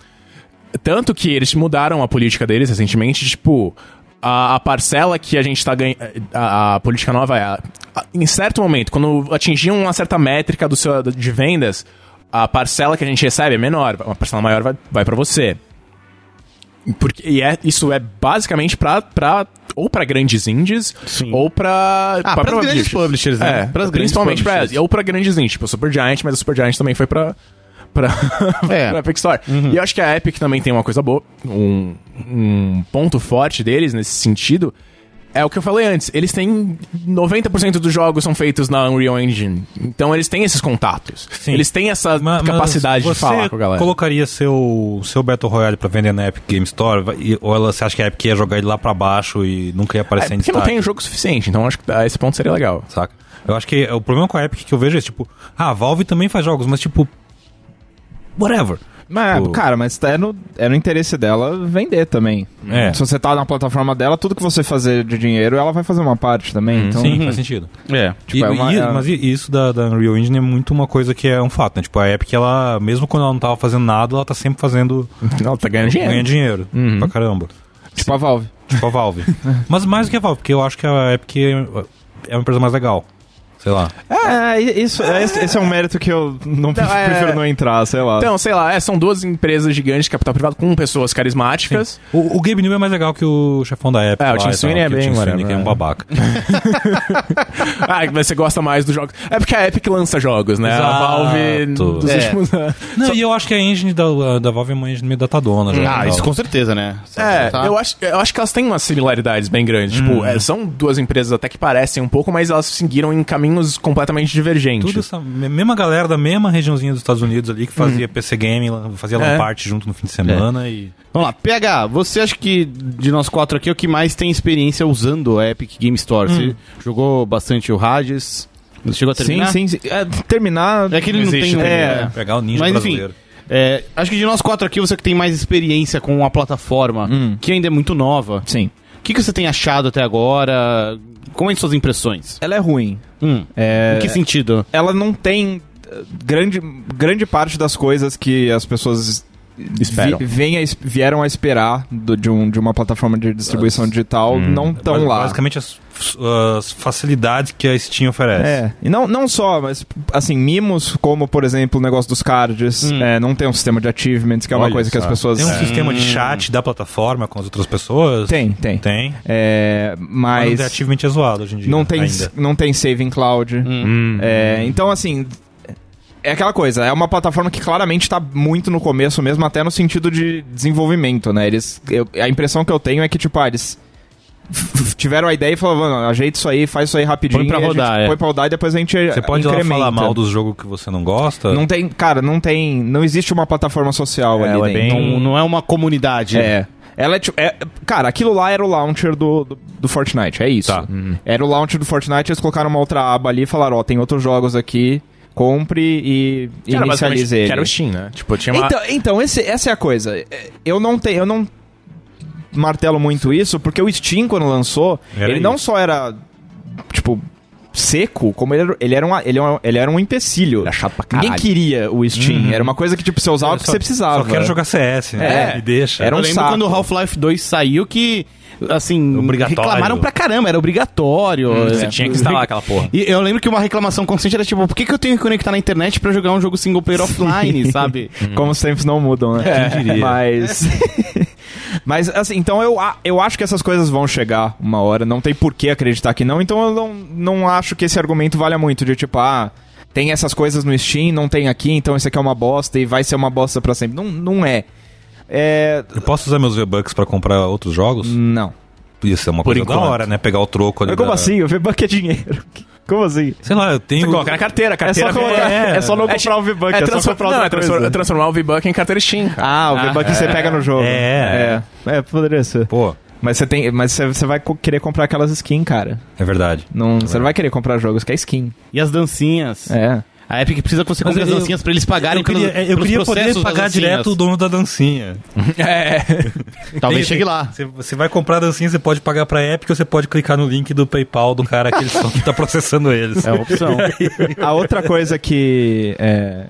Tanto que eles mudaram a política deles recentemente, tipo, a, a parcela que a gente tá ganhando. A, a política nova é. a- a- em certo momento, quando atingir uma certa métrica do seu, de vendas, a parcela que a gente recebe é menor, uma parcela maior vai, vai para você. Porque, e é, isso é basicamente pra, pra ou pra grandes indies,
Sim.
ou pra.
Ah,
pra
pras grandes publishers, né?
É,
Pras grandes
principalmente pra
publishers.
elas. Ou pra grandes indies, tipo a Supergiant, mas a Supergiant também foi pra. pra,
É.
pra Epic Store.
Uhum.
E eu acho que a Epic também tem uma coisa boa, um, um ponto forte deles nesse sentido. É o que eu falei antes, eles têm 90% dos jogos são feitos na Unreal Engine. Então eles têm esses contatos.
Sim.
Eles têm essa
Ma- mas
capacidade de
você
falar com a galera.
colocaria seu, seu Battle Royale pra vender na Epic Game Store? Vai- e- ou ela, você acha que a Epic ia jogar ele lá pra baixo e nunca
É,
ia aparecer em
porque não
destaque?
tem um jogo suficiente, então acho que a esse ponto seria legal.
Saca? Eu acho que é, o problema com a Epic que eu vejo é, tipo... Ah, a Valve também faz jogos, mas, tipo... Whatever.
Mas,
Tipo-
cara, mas tá- é no, é no interesse dela vender também.
É.
Se você tá na plataforma dela, tudo que você fazer de dinheiro, ela vai fazer uma parte também. então,
Sim, faz sentido.
É.
Tipo,
E-
é uma-
e-
é-
Mas i- isso da, da Unreal Engine é muito uma coisa que é um fato, né? Tipo, a Epic, ela... Mesmo quando ela não tava fazendo nada, ela tá sempre fazendo...
Não, tá ganhando dinheiro.
Ganha dinheiro. Pra caramba.
tipo a Valve.
Tipo a Valve. mas mais do que a Valve, porque eu acho que a Epic é uma empresa mais legal. Sei lá.
É, isso, é, esse esse é um mérito que eu não pre-
é-
prefiro não entrar, sei lá.
Então, sei lá, é, são duas empresas gigantes de capital privado com pessoas carismáticas.
O, o Gabe Newell é mais legal que o chefão da Epic.
É, o
lá
Tim
e tal,
Sweeney é
que o
bem
Tim Sweeney,
whatever,
que é um
é.
babaca.
Ah, mas você gosta mais dos jogos. É porque a Epic lança jogos, né?
Exato.
A Valve dos
É.
últimos anos.
Não, e eu acho que a engine da, da Valve é uma engine meio datadona. Então, Já,
Ah,
Tal.
isso com certeza, né?
É,
Tá.
eu, acho, eu acho que elas têm umas similaridades bem grandes. Tipo, é, são duas empresas até que parecem um pouco, mas elas seguiram em caminhos completamente divergentes.
Tudo essa me- mesma galera da mesma regiãozinha dos Estados Unidos ali que fazia PC Game, lá- fazia
É.
Lampart junto no fim de semana e...
Vamos lá, PH, você acha que de nós quatro aqui é o que mais tem experiência usando a Epic Game Store? Você jogou bastante o Hades? Você chegou a
sim,
terminar?
sim, sim. É, terminar.
É que ele não,
existe
tem...
terminar,
é.
né?
Pegar o ninja
Mas enfim,
brasileiro.
é, acho que de nós quatro aqui você que tem mais experiência com a plataforma,
Hum.
que ainda é muito nova.
Sim.
O que, que você tem achado até agora? Comente suas impressões.
Ela é ruim.
Hum,
É,
Em que sentido?
ela não tem eh, grande, grande parte das coisas que as pessoas
Esperam.
vi- vêm a es- vieram a esperar do- de, um, de uma plataforma de distribuição digital não estão
Bas-
lá.
Basicamente as, as facilidades que a Steam oferece.
É, e não, não só, mas assim, mimos como, por exemplo, o negócio dos cards,
Hum.
eh, não tem um sistema de achievements, que é uma
Olha
coisa que as
só.
pessoas.
Tem um
É.
sistema de chat da plataforma com as outras pessoas?
Tem, tem.
Tem.
É,
Mas não
mas
tem ativamente é zoado hoje em dia.
não tem,
ainda. Hum.
não tem save em cloud.
Hum.
É, então, assim. É aquela coisa, é uma plataforma que claramente tá muito no começo mesmo, até no sentido de desenvolvimento, né? Eles, eu- a impressão que eu tenho é que, tipo, ah, eles tiveram a ideia e falaram, "Mano, ajeita isso aí, faz isso aí rapidinho.
Põe pra
e a gente
rodar, é.
Põe pra rodar e depois a gente
Você pode ir lá
incrementa.
falar mal dos jogos que você não gosta?
Não tem, cara, não tem, não existe uma plataforma social
Ah. É,
ali
ela é
dentro.
bem-
Não, não é uma comunidade.
É. Ela é, tipo, é- cara, aquilo lá era o launcher do, do, do Fortnite, é isso.
Tá.
Uhum.
Era o launcher do Fortnite, eles colocaram uma outra aba ali e falaram, ó, tem outros jogos aqui, compre e
Que era basicamente-
inicialize
Que era
ele.
o Steam, né? Tipo, tinha uma...
Então, então esse- essa é a coisa. É, Eu não tenho, eu não martelo muito isso, porque o Steam, quando lançou,
Era
ele não
isso.
só era, tipo, seco, como ele era, ele era, um, ele, era um- ele era um empecilho.
Era chato pra caralho. Uhum.
Ninguém queria o Steam. Era uma coisa que, tipo, você usava
Eu
porque
só-
você precisava.
Só quero jogar CS, né?
É.
Me deixa.
Era
Eu
um
lembro
saco.
quando o Half-Life 2 saiu que assim,
Obrigatório.
reclamaram pra caramba, era obrigatório.
Você
É.
tinha que instalar aquela porra.
E eu lembro que uma reclamação consciente era tipo, por que, que eu tenho que conectar na internet pra jogar um jogo single player offline, sabe?
Como os tempos não mudam, né? Mas. Mas, assim, então eu, a- eu acho que essas coisas vão chegar uma hora, não tem por que acreditar que não, então eu não, não acho que esse argumento valha muito, de tipo, ah, tem essas coisas no Steam, não tem aqui, então isso aqui é uma bosta e vai ser uma bosta pra sempre. Não, não é. É.
Eu posso usar meus V-Bucks pra comprar outros jogos?
Não.
Isso é uma coisa da
enquanto.
hora, né? Pegar o troco ali.
Hum. Mas como
da-
assim? O V-Buck é dinheiro. Como assim?
Sei lá, eu tenho.
Você coloca na carteira, a carteira.
colocar- é.
é só não
É
comprar o V-Buck, é,
É,
só
transfor-
comprar
não,
outra
é transfor-
coisa.
é transformar o V-Buck em carteira Steam. cara.
Ah, o V-Buck você pega no jogo.
É.
É, é poderia ser.
Pô,
Mas você tem, mas você, você vai co- querer comprar aquelas skins, cara.
é verdade.
Não, você não vai querer comprar jogos que é skin.
E as dancinhas.
É.
A Epic precisa que você
Mas
compre as
eu-
dancinhas pra eles pagarem
Eu queria,
pelos,
eu
pelos
queria poder
processos das
pagar
dancinhas.
direto o dono da dancinha.
É.
Talvez
Tem-
chegue lá.
Você, você vai comprar a dancinha, você pode pagar pra Epic ou você pode clicar no link do PayPal do cara que, eles são, que tá processando eles.
É uma opção.
A outra coisa que é,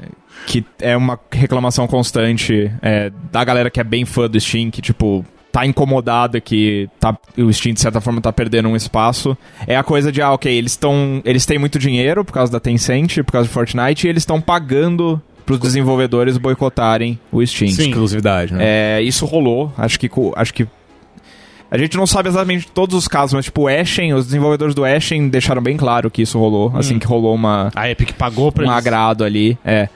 que é uma reclamação constante é, da galera que é bem fã do Steam, que tipo tá incomodada que tá, o Steam de certa forma tá perdendo um espaço, é a coisa de ah, OK, eles estão eles têm muito dinheiro por causa da Tencent, por causa do Fortnite, e eles estão pagando pros desenvolvedores boicotarem o Steam.
Sim.
Exclusividade, né?
É, isso rolou. Acho que. co- Acho que. A gente não sabe exatamente todos os casos, mas tipo, o Ashen, os desenvolvedores do Ashen deixaram bem claro que isso rolou. Assim que rolou uma,
A Epic pagou Hum. pra
um
eles. Hum.
agrado ali. É.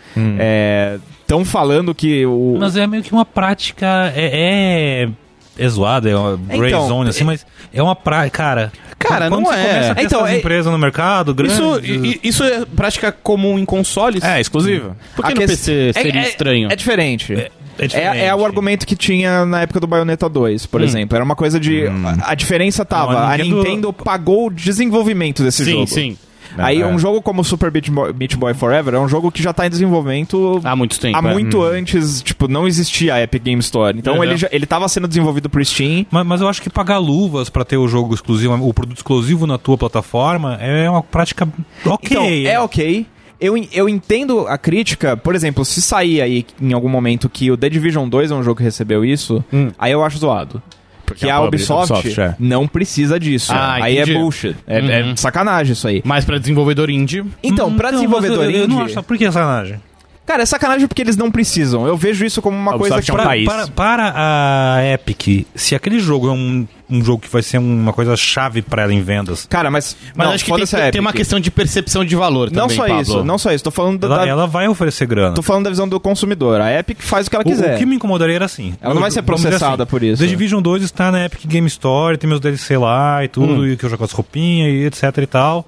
Estão falando que o.
Mas é meio que uma prática. É. é... é zoado, é uma gray
Então,
zone, assim, mas é uma prática. Cara,
Cara,
quando
não
você
é.
começa a ter
Então,
essas
é-
empresas no mercado, grandes,
Isso, i- i- isso é prática comum em consoles?
É, exclusivo.
Por que
a
no
que-
PC seria
é,
estranho?
É diferente. É,
é diferente.
é o argumento que tinha na época do Bayonetta 2,
Hum.
por exemplo. Era uma coisa de. A, a diferença tava,
Não, a
a Nintendo...
Nintendo-
pagou o desenvolvimento desse
sim,
jogo.
sim.
Aí
é.
um jogo como Super Beat Boy, Beat Boy Forever é um jogo que já tá em desenvolvimento
Há muito tempo.
Há
é.
muito antes, tipo, não existia a Epic Game Store. Então
Uhum.
ele, já, ele tava sendo desenvolvido pro Steam.
Mas, mas eu acho que pagar luvas pra ter o jogo exclusivo, o produto exclusivo na tua plataforma é uma prática ok.
Então, é ok. Eu, en- eu entendo a crítica, por exemplo, se sair aí em algum momento que o The Division 2 é um jogo que recebeu isso, aí eu acho zoado. Porque
é
a
pobre,
Ubisoft,
Ubisoft, é.
não precisa disso.
Ah,
aí é
entendi.
bullshit. É, é
Uhum.
sacanagem isso aí.
Mas pra desenvolvedor indie,
Então, pra
mas
desenvolvedor
eu, eu, eu não
indie-
acho, por que sacanagem?
Cara, é sacanagem porque eles não precisam. Eu vejo isso como uma
A
coisa
Ubisoft
que...
é um
Pra-
país.
Para, para a Epic, se aquele jogo é um, um jogo que vai ser uma coisa chave pra ela em vendas,
Cara, mas...
Mas
não,
acho que tem,
foda-se a
tem uma
Epic.
questão de percepção de valor
Não
também,
só
Pablo.
isso, não só isso. Tô falando da,
ela,
da-
ela vai oferecer grana.
Tô falando da visão do consumidor. A Epic faz o que ela
O-
quiser.
O que me incomodaria era assim.
Ela não vai ser
vamos dizer assim,
processada por isso.
The Division 2 está na Epic Game Store, tem meus DLC lá e tudo, e que eu jogo com as roupinhas e etc e tal.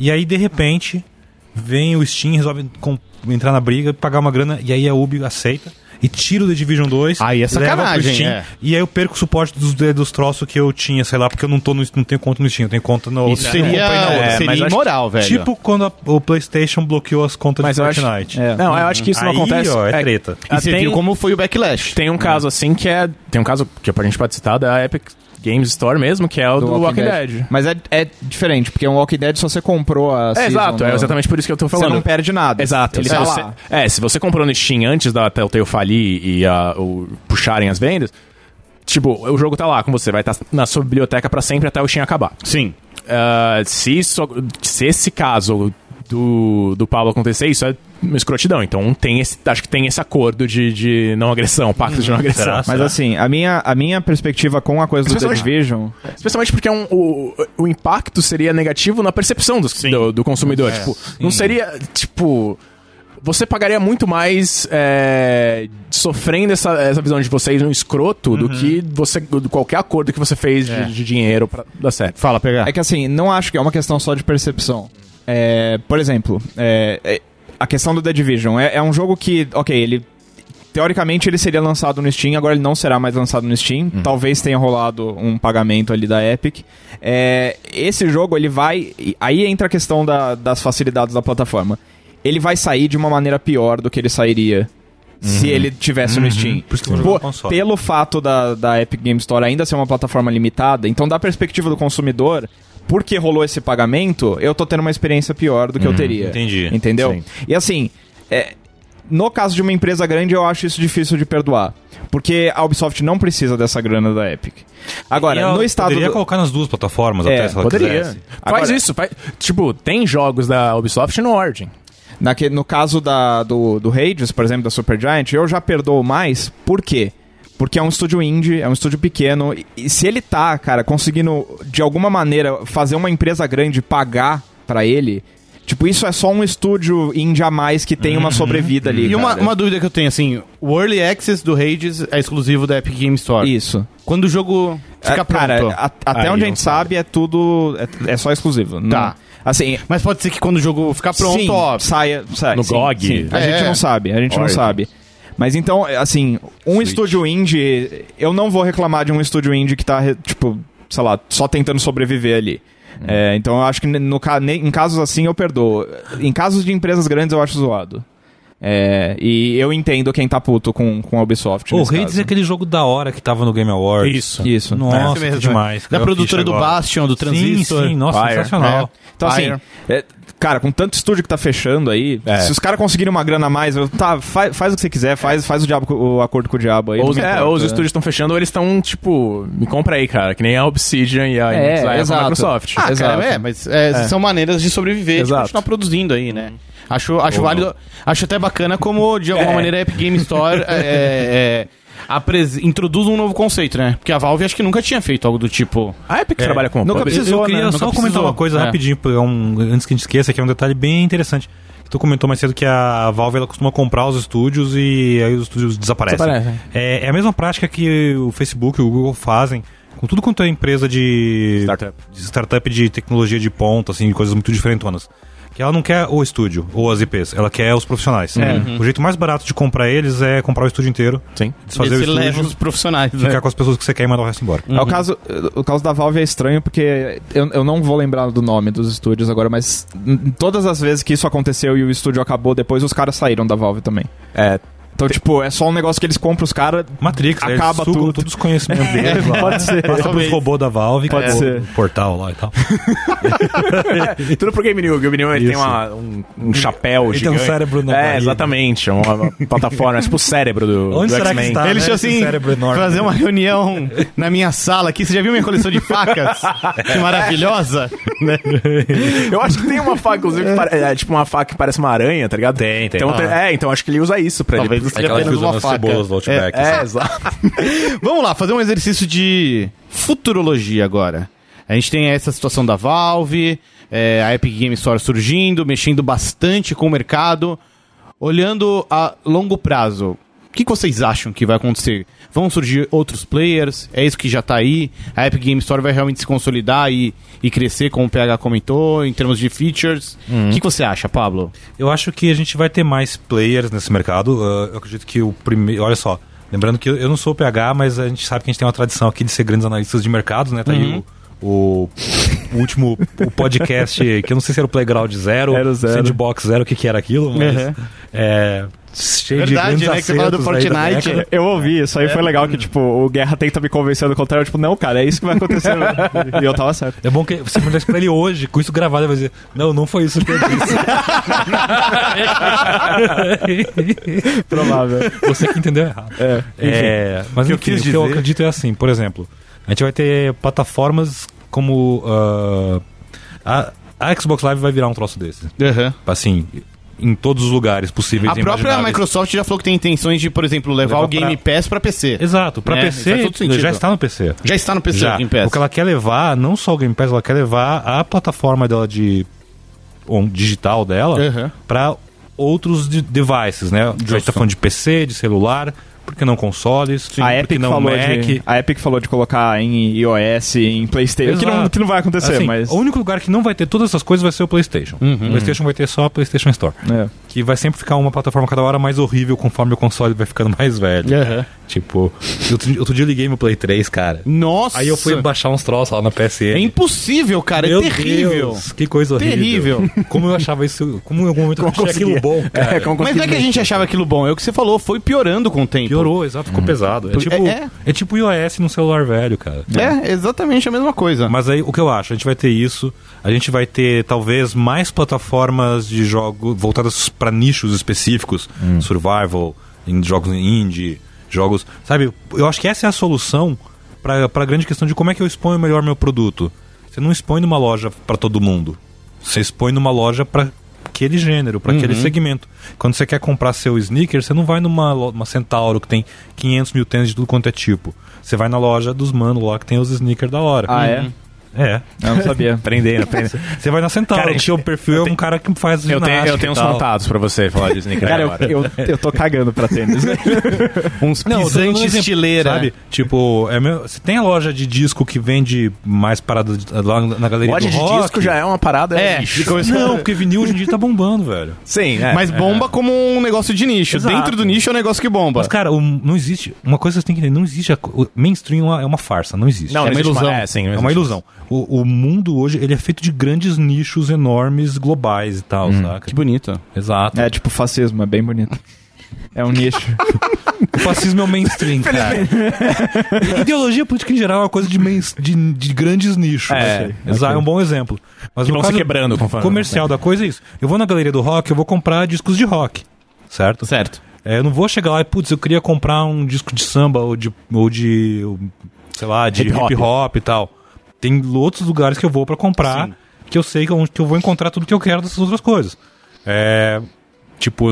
E aí, de repente, vem o Steam, resolve com- entrar na briga, pagar uma grana, e aí a Ubi aceita. E tira o The Division 2.
Aí é
leva pro
sacanagem,
Steam,
é.
E aí eu perco o suporte dos, dos troços que eu tinha, sei lá, porque eu não, tô no, não tenho conta no Steam, eu tenho conta no
Isso
na-
seria,
comprei na outra.
É, mas
seria
acho que-
imoral, velho.
Tipo quando a- o PlayStation bloqueou as contas
Mas
de
eu acho-
Fortnite.
É.
Não, eu acho que isso não
Aí,
acontece.
ó, é
É-
treta.
e você
tem-
viu como foi o backlash.
Tem um caso assim que é. Tem um caso que a gente pode citar da Epic Games Store mesmo, que é o do, Walking Dead.
Mas é, é diferente, porque um Walking Dead só você comprou a
É,
season
exato, é
no-
exatamente por isso que eu tô
Você
falando.
não perde nada.
Exato.
Ele
se
tá
você-
lá.
É, se você comprou no Steam antes da Telltale falir e ah, o- puxarem as vendas, tipo, o jogo tá lá com você, vai estar na sua biblioteca pra sempre até o Steam acabar.
Sim.
Ah, se, isso- se esse caso do, do Pablo acontecer, isso é uma escrotidão. Então tem esse, acho que tem esse acordo de, de não agressão, pacto de não agressão.
Será?
Mas assim, a minha, a minha perspectiva com a coisa do The
Especialmente-
Division...
Especialmente porque é um- o, o impacto seria negativo na percepção dos- do, do consumidor.
É.
tipo, não seria. Tipo. Você pagaria muito mais é, sofrendo essa, essa visão de vocês um escroto
Uhum.
do que você do qualquer acordo que você fez de, de dinheiro pra dar certo.
Fala, pegar.
É que assim, não acho que é uma questão só de percepção. É, por exemplo, é, é, a questão do The Division é, é um jogo que, ok, ele teoricamente ele seria lançado no Steam, agora ele não será mais lançado no Steam.
Uhum.
Talvez tenha rolado um pagamento ali da Epic. É, esse jogo ele vai, e aí entra a questão da- das facilidades da plataforma. Ele vai sair de uma maneira pior do que ele sairia se ele tivesse no Steam.
Uhum. Por isso que eu vou jogar no console.
pelo fato da, da Epic Game Store ainda ser uma plataforma limitada, então da perspectiva do consumidor, porque rolou esse
Uhum,
pagamento, eu tô tendo uma experiência pior do que eu teria.
entendi.
Entendeu? E assim, é, no caso de uma empresa grande, eu acho isso difícil de perdoar. Porque a Ubisoft não precisa dessa grana da Epic. Agora,
E ela
no estado.
Poderia
do-
colocar nas duas plataformas
É,
até se ela
poderia.
quisesse.
Agora-
Faz isso. Faz... Tipo, tem jogos da Ubisoft no Origin.
Naque, no caso da, do, do Hades, por exemplo, da Supergiant, eu já perdoo mais. Por quê? Porque é um estúdio indie, é um estúdio pequeno. E, e se ele tá, cara, conseguindo de alguma maneira fazer uma empresa grande pagar pra ele, tipo, isso é só um estúdio indie a mais que tem uma sobrevida ali.
Uhum. E uma,
cara.
uma dúvida que eu tenho, assim, o Early Access do Hades é exclusivo da Epic Game Store.
Isso.
Quando o jogo fica
É,
pronto.
Cara, a- até
Aí
onde
não
a gente sabe é tudo. É, é só exclusivo. Não-
Tá.
Assim,
Mas pode ser que quando o jogo ficar pronto,
Sim,
ó,
saia, sai,
No
sim,
GOG.
sim. A
É.
gente não sabe, a gente não
Origin.
sabe. Mas então, assim, um estúdio indie, eu não vou reclamar de um estúdio indie que tá, re- tipo, sei lá, só tentando sobreviver ali. É, então eu acho que ne- no, ca- ne- em casos assim eu perdoo. Em casos de empresas grandes eu acho zoado. É, e eu entendo quem tá puto com, com a Ubisoft.
O
nesse
Hades
caso.
é aquele jogo da hora que tava no Game Awards.
Isso.
Isso.
É,
Nossa,
esse mesmo,
que demais.
da
Caiu a
produtora
ficha
do
agora.
Bastion, do Transistor. é.
Sim, sim, nossa,
Fire.
sensacional.
Então, assim,
Fire.
é, cara, com tanto estúdio que tá fechando aí,
É.
se os caras conseguirem uma grana a mais, eu- tá, faz, faz o que você quiser, faz, faz o, diabo, co- o acordo com o diabo aí.
Ou,
não
os-
me
é,
importa,
ou os
né?
estúdios estão fechando ou eles estão, tipo, me compra aí, cara. Que nem a Obsidian e a,
É,
e a
exato.
Microsoft.
Ah,
Exato.
cara, é, mas é, são maneiras de sobreviver, de
Exato.
continuar produzindo aí, né? Acho, acho válido, acho até bacana como, de alguma
É.
maneira, a Epic Game Store é, é, apres- introduz um novo conceito, né? Porque a Valve acho que nunca tinha feito algo do tipo...
A Epic
É.
trabalha com
Nunca
pub-
precisou.
eu
né?
queria
Nunca
só comentar
precisou.
uma coisa
É.
rapidinho, porque é um- antes que a gente esqueça, que é um detalhe bem interessante. Tu comentou mais cedo que a Valve ela costuma comprar os estúdios e aí os estúdios desaparecem.
Desaparecem.
É, é a mesma prática que o Facebook e o Google fazem com tudo quanto é empresa de
Startup.
de, startup de tecnologia de ponta, assim, de coisas muito diferentonas. Que ela não quer o estúdio ou as IPs, ela quer os profissionais. Uhum. O jeito mais barato de comprar eles é comprar o estúdio inteiro,
Sim.
desfazer
Esse
o
leva
estúdio,
os profissionais, né?
ficar com as pessoas que você quer e mandar o resto embora.
Uhum.
É, o, caso, o caso da Valve é estranho porque eu, eu não vou lembrar do nome dos estúdios agora, mas n- todas as vezes que isso aconteceu e o estúdio acabou, depois os caras saíram da Valve também.
É,
Então, tipo, é só um negócio que eles compram os caras.
Matrix, aí eles
Acaba
sugam
tudo.
todos os conhecimentos deles lá.
Pode ser.
Passa pros
Talvez.
robôs da Valve,
Pode
que é o-
ser.
o portal lá e tal.
Tudo pro Game New. O Game New ele tem
Isso.
uma- um, um chapéu
Ele tem um
gigante.
cérebro na
É,
barriga.
exatamente. é Uma, uma plataforma. É tipo o cérebro do,
Onde
do
será que
X-Men.
está?
Ele
né,
tinha
esse
assim,
cérebro enorme.
fazer uma reunião na minha sala aqui. Você já viu minha coleção de facas? que maravilhosa.
Eu acho que tem uma faca, inclusive, que pare- é, tipo uma faca que parece uma aranha, tá ligado? Tem, tem. Então, tem- É, então acho que ele usa isso pra
Talvez
ele.
isso seja apenas uma faca. É,
É,
É, exato.
Vamos lá, fazer um exercício de futurologia agora. A gente tem essa situação da Valve, é, a Epic Games Store surgindo, mexendo bastante com o mercado. Olhando a longo prazo, o que, que vocês acham que vai acontecer? Vão surgir outros players? É isso que já tá aí? A Epic Games Store vai realmente se consolidar e, e crescer, como o PH comentou, em termos de features? O que, que você acha, Pablo?
Eu acho que a gente vai ter mais players nesse mercado. Ah, eu acredito que o primeiro. Olha só. Lembrando que eu- eu não sou o PH, mas a gente sabe que a gente tem uma tradição aqui de ser grandes analistas de mercado, né? Tá aí o, o- o último o podcast, que eu não sei se era o Playground Zero,
Era o zero.
Sandbox Zero, o que, que era aquilo, mas.
Uhum.
É, cheio
Verdade,
de grandes
né, que você fala do
acertos aí da
Fortnite.
década.
Eu ouvi isso, aí foi legal que, tipo, o Guerra tenta me convencer do contrário. Tipo, não, cara, é isso que vai acontecer. e eu tava certo.
É bom que você mandasse pra ele hoje, com isso gravado, ele vai dizer: Não, não foi isso que eu disse.
Provável.
Você que entendeu errado.
É.
É, mas
que eu
enfim,
quis
o que eu
dizer-
acredito é assim, por exemplo, a gente vai ter plataformas como. ah, a, a Xbox Live vai virar um troço desse. Assim, em todos os lugares possíveis.
A
e
própria
imagináveis.
Microsoft já falou que tem intenções de, por exemplo, levar,
Levar
o Game Pass pra PC.
Exato, pra
Né? Faz
PC
todo sentido.
já está no PC.
Já está no PC
Já.
o Game Pass.
O que ela quer levar, não só o Game Pass, ela quer levar a plataforma dela de on, digital dela
Uhum.
para outros de- devices, né? A gente tá falando de PC, de celular, porque não consoles,
a
porque
Epic
não
falou
Mac.
de a Epic falou de colocar em iOS, em PlayStation, que não,
Exato.
que não vai acontecer,
Assim,
mas
O único lugar que não vai ter todas essas coisas vai ser o PlayStation. O PlayStation vai ter só a PlayStation Store.
é.
Que vai sempre ficar uma plataforma cada hora mais horrível conforme o console vai ficando mais velho.
Aham.
Tipo, outro, outro dia eu liguei meu Play 3, cara.
Nossa!
Aí eu fui baixar uns troços lá na PSN.
É impossível, cara.
Meu
é terrível.
Deus, que coisa horrível.
Terrível.
Como eu achava isso. Como em algum momento eu achei
conseguia?
aquilo bom, cara.
É, como
Mas não é que a gente achava aquilo bom, é o que você falou, foi piorando com o tempo.
Piorou, exato, ficou pesado. É
Por-
tipo,
é-
é, tipo iOS no celular velho, cara.
É, exatamente a mesma coisa.
Mas aí o que eu acho? A gente vai ter isso, a gente vai ter talvez mais plataformas de jogo voltadas pra pra nichos específicos, survival, em jogos indie, jogos, sabe? Eu acho que essa é a solução pra pra grande questão de como é que eu exponho melhor meu produto. Você não expõe numa loja pra todo mundo. Você expõe numa loja pra aquele gênero, pra aquele segmento. Quando você quer comprar seu sneaker, você não vai numa lo- uma Centauro que tem 500 mil tênis de tudo quanto é tipo. Você vai na loja dos mano lá que tem os sneakers da hora.
Ah, é?
É.
Eu não sabia.
Aprendendo, aprendendo.
Você vai na Centauro,
Cara,
que seu perfil é um cara que faz
Eu tenho,
ginástica
eu tenho
e
uns
tal.
contatos pra você falar de sneaker
Cara, eu,
É agora.
eu, eu tô cagando pra tênis.
Uns
Não, eu tô dando um
pisantes
exemplo,
estileira.
Sabe? Tipo, é meu- você tem a loja de disco que vende mais parada de- lá na galeria
Loja
do
de
rock?
disco já é uma parada
É,
lixo.
e começou-
Não, porque vinil hoje em dia tá bombando, velho.
Sim, é.
Mas bomba como um negócio de nicho.
Exato.
Dentro do nicho é um negócio que bomba.
Mas, cara, o- não existe. Uma coisa que você tem que entender: não existe. a co- o mainstream é uma- é uma farsa, não existe.
Não,
é uma
existe
ilusão.
É, sim,
é
existe.
uma ilusão. O, o mundo hoje ele é feito de grandes nichos enormes, globais e tal,
Hum.
saca? Tipo,
Que bonito.
Exato.
É tipo fascismo, é bem bonito. É um nicho.
O fascismo é o mainstream, cara. Ideologia política em geral é uma coisa de, mains- de- de grandes nichos.
É,
Exato, é um bom exemplo. Mas
Que
no
vão se né?
caso
quebrando conforme.
comercial da coisa é isso. Eu vou na galeria do rock, eu vou comprar discos de rock, certo?
Certo.
É, eu não vou chegar lá e, putz, eu queria comprar um disco de samba ou de, ou de sei lá, de
Hip
hip
hop.
hop, e tal. Tem outros lugares que eu vou pra comprar que eu sei que, é onde que eu vou encontrar tudo que eu quero dessas outras coisas. É, tipo,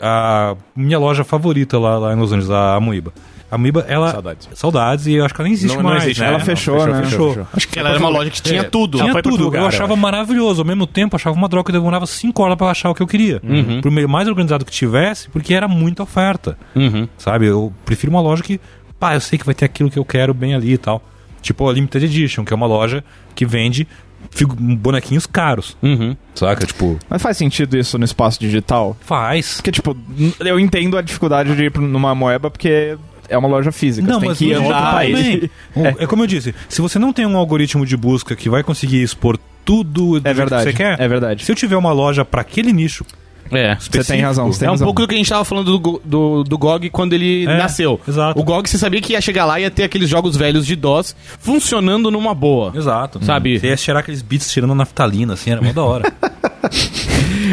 a minha loja favorita lá, lá em Los Angeles, a Amoeba. A Amoeba, ela...
Saudades.
Saudades, e eu acho que ela nem existe
Não- não
mais.
existe,
né?
né?
Ela
Não,
fechou, né?
fechou.
Acho que ela era uma loja que tinha
É,
tudo.
ela
Tinha
foi pra
tudo.
outro lugar,
eu
eu
achava
acho.
maravilhoso. Ao mesmo tempo, achava uma droga que eu demorava 5 horas pra achar o que eu queria.
Uhum.
Por meio mais organizado que tivesse, porque era muita oferta.
Uhum.
Sabe? Eu prefiro uma loja que, pá, eu sei que vai ter aquilo que eu quero bem ali e tal. Tipo a Limited Edition, que é uma loja que vende figu- bonequinhos caros.
Uhum.
Saca? Tipo,
Mas faz sentido isso no espaço digital?
faz.
Porque, tipo, n- eu entendo a dificuldade de ir pra- numa moeba porque é uma loja física.
Não,
você tem
mas
que ir
no
a outro
digital
país.
também. O- É. como eu disse, se você não tem um algoritmo de busca que vai conseguir expor tudo do
É
jeito
verdade.
que você tipo, quer,
É verdade.
se eu tiver uma loja pra aquele nicho
É.
Você tem razão. Você tem
é um
razão.
pouco do que a gente tava falando do, Go- do, do GOG quando ele
É,
nasceu.
exato.
O GOG, você sabia que ia chegar lá e ia ter aqueles jogos velhos de DOS funcionando numa boa.
Exato.
Sabe?
Você ia cheirar aqueles beats tirando a naftalina, assim, era mó da hora.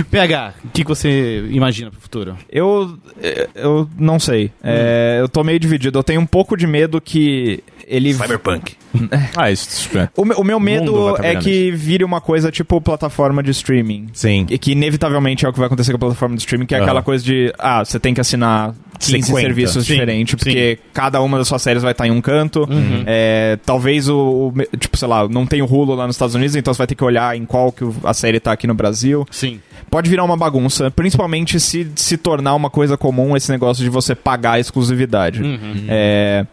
PH, o que, que você imagina pro futuro?
Eu, eu não sei.
Hum.
É, eu tô meio dividido. Eu tenho um pouco de medo que ele.
Cyberpunk.
Ah, isso. é.
O, meu- o meu
mundo vai
medo é
caminhando
que vire uma coisa tipo plataforma de streaming.
Sim.
E que inevitavelmente é o que vai acontecer com a plataforma de streaming, que é
Aham.
aquela coisa de, ah, você tem que assinar 15
50.
serviços
Sim, Uhum.
diferentes, porque cada uma das suas séries vai estar em um canto.
Uhum.
É, talvez o, o me- Tipo, sei lá, não tem o Hulu lá nos Estados Unidos, então você vai ter que olhar em qual que o- a série tá aqui no Brasil.
Sim.
Pode virar uma bagunça, principalmente se se tornar uma coisa comum esse negócio de você pagar a exclusividade.
Uhum.
É,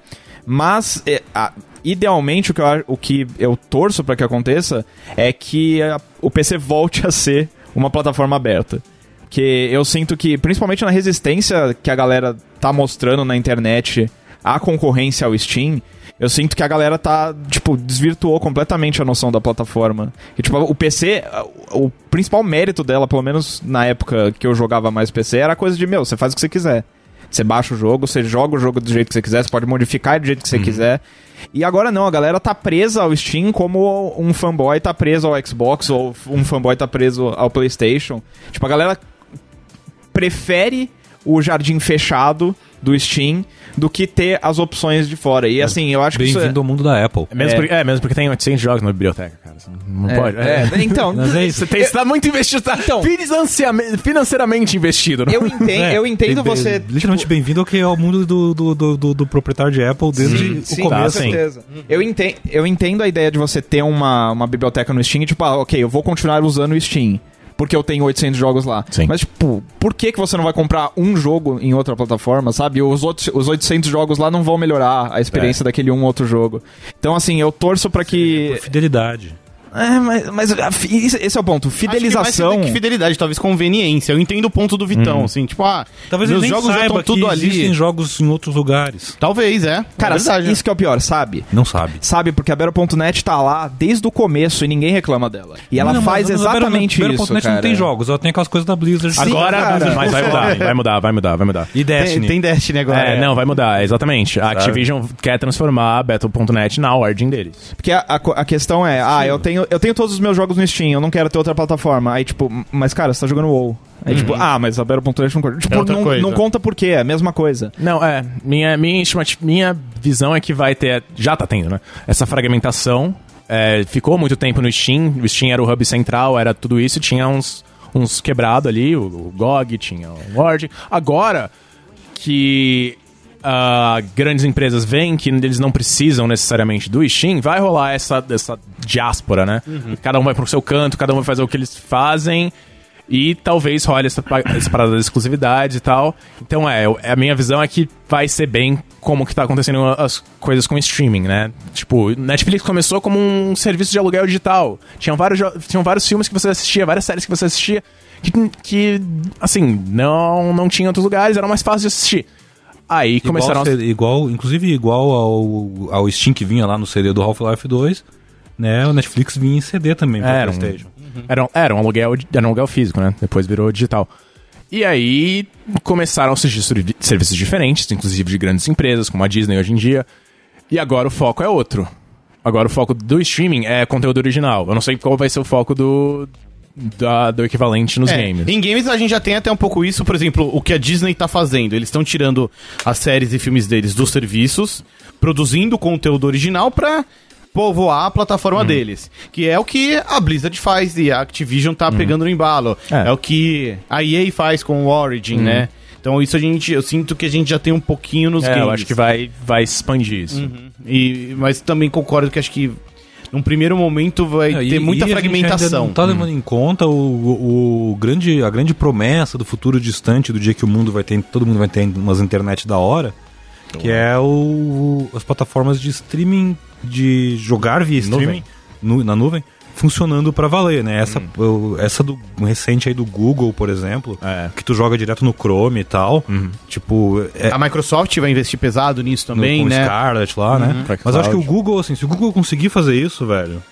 mas, é, a- idealmente, o que eu, a- o que eu torço para que aconteça é que a- o PC volte a ser uma plataforma aberta. Que eu sinto que, principalmente na resistência que a galera tá mostrando na internet à concorrência ao Steam, eu sinto que a galera tá, tipo, desvirtuou completamente a noção da plataforma. E, tipo, o PC, o o principal mérito dela, pelo menos na época que eu jogava mais PC, era a coisa de, meu, você faz o que você quiser. Você baixa o jogo, você joga o jogo do jeito que você quiser, você pode modificar do jeito que você
Uhum.
quiser. E agora não, a galera tá presa ao Steam como um fanboy tá preso ao Xbox ou um fanboy tá preso ao PlayStation. Tipo, a galera prefere o jardim fechado do Steam do que ter as opções de fora. E assim, eu acho que isso é...
Bem-vindo ao mundo da Apple.
É mesmo,
É.
Porque, é, mesmo porque tem 800 jogos na biblioteca, cara. Você Não pode.
É, é, então,
Mas é isso.
Você tem- você tá muito investido, tá
Então-
financiame- financeiramente investido. né?
eu entendo,
É,
eu entendo
bem-
você... tipo,
Literalmente bem-vindo ao que é o mundo do, do, do, do- do proprietário de Apple desde o
Sim, com
começo.
sim.
certeza.
Uhum.
Eu, enten eu entendo a ideia de você ter uma, uma biblioteca no Steam, tipo, ah, ok, eu vou continuar usando o Steam. Porque eu tenho 800 jogos lá.
Sim.
Mas, tipo, por que, que você não vai comprar um jogo em outra plataforma, sabe? Os, outros, os 800 jogos lá não vão melhorar a experiência daquele um outro jogo. Então, assim, eu torço pra que.
Por fidelidade.
É, mas, mas a fi- esse esse é o ponto.
Acho que
Fidelização.
mais que fidelidade, talvez conveniência. Eu entendo o ponto do Vitão, assim, tipo, ah,
Talvez
meus
ele nem
jogos já
saiba
estão
que
tudo ali.
existem jogos em outros lugares.
Talvez, é.
Cara,
É verdade,
isso que é o pior, sabe?
Não sabe.
Sabe, porque a Bero.net tá lá desde o começo e ninguém reclama dela. E ela faz exatamente isso.
não
cara.
tem jogos, ela tem aquelas coisas da Blizzard.
Sim,
Agora,
cara. É.
mas vai mudar, vai mudar, vai mudar, vai mudar.
E
né?
é Destiny.
Tem, tem Destiny agora.
É, não, vai mudar, exatamente. A Activision quer transformar a Battle.net na origin deles.
Porque a, a co- a questão é, ah, eu tenho eu, eu tenho todos os meus jogos no Steam, eu não quero ter outra plataforma. Aí, tipo, "M- mas cara, você tá jogando WoW. Aí, tipo, ah, mas a Battle.net não conta. Tipo,
outra
não,
coisa.
não conta por quê, é a mesma coisa.
Não, é. Minha, minha, estimati- minha visão é que vai ter. Já tá tendo, né? Essa fragmentação. é, ficou muito tempo no Steam. O Steam era o hub central, era tudo isso. Tinha uns, uns quebrados ali, o, o GOG, tinha o Word. Agora que ah, grandes empresas veem que eles não precisam necessariamente do Steam, vai rolar essa, essa diáspora, né? Cada um vai pro seu canto, cada um vai fazer o que eles fazem. E talvez role essa, pa- essa parada da exclusividade e tal. Então é, eu- a minha visão é que vai ser bem como que tá acontecendo as coisas com streaming, né? Tipo, Netflix começou como um serviço de aluguel digital. Tinham vários, jo- tinham vários filmes que você assistia, várias séries que você assistia, que, que assim, não, não tinha em outros lugares, era mais fácil de assistir. Aí começaram
igual, CD igual- inclusive igual ao, ao Steam que vinha lá no CD do Half-Life 2, né? O Netflix vinha em CD também pra
Era um-
PlayStation.
Era, era um aluguel, era um aluguel físico, né? Depois virou digital. E aí começaram a surgir servi- serviços diferentes, inclusive de grandes empresas, como a Disney hoje em dia. E agora o foco é outro. Agora o foco do streaming é conteúdo original. Eu não sei qual vai ser o foco do, da- do equivalente nos
É,
games.
Em games a gente já tem até um pouco isso, por exemplo, o que a Disney tá fazendo. Eles estão tirando as séries e filmes deles dos serviços, produzindo conteúdo original pra povoar a plataforma
Uhum.
deles. Que é o que a Blizzard faz e a Activision tá pegando no embalo. É.
Uhum. É. Uhum.
o que a EA faz com o Origin, né? Então isso a gente, eu sinto que a gente já tem um pouquinho nos
É,
games. Uhum.
eu acho que vai, vai expandir isso.
E, mas também concordo que acho que num primeiro momento vai
É, e-
ter muita
e a gente ainda
fragmentação.
não tá levando em conta o, o- o grande, a grande promessa do futuro distante, do dia que o mundo vai ter, todo mundo vai ter umas internet da hora, que é o, as plataformas de streaming, de jogar via streaming nu- na nuvem, funcionando pra valer, né? Essa, o- essa do recente aí do Google, por exemplo,
É.
que tu joga direto no Chrome e tal, tipo, é,
A Microsoft vai investir pesado nisso
no-
também,
com
né?
Scarlet lá, né?
Pra
Mas eu acho que o
cloud.
Google, assim, se o Google conseguir fazer isso, velho,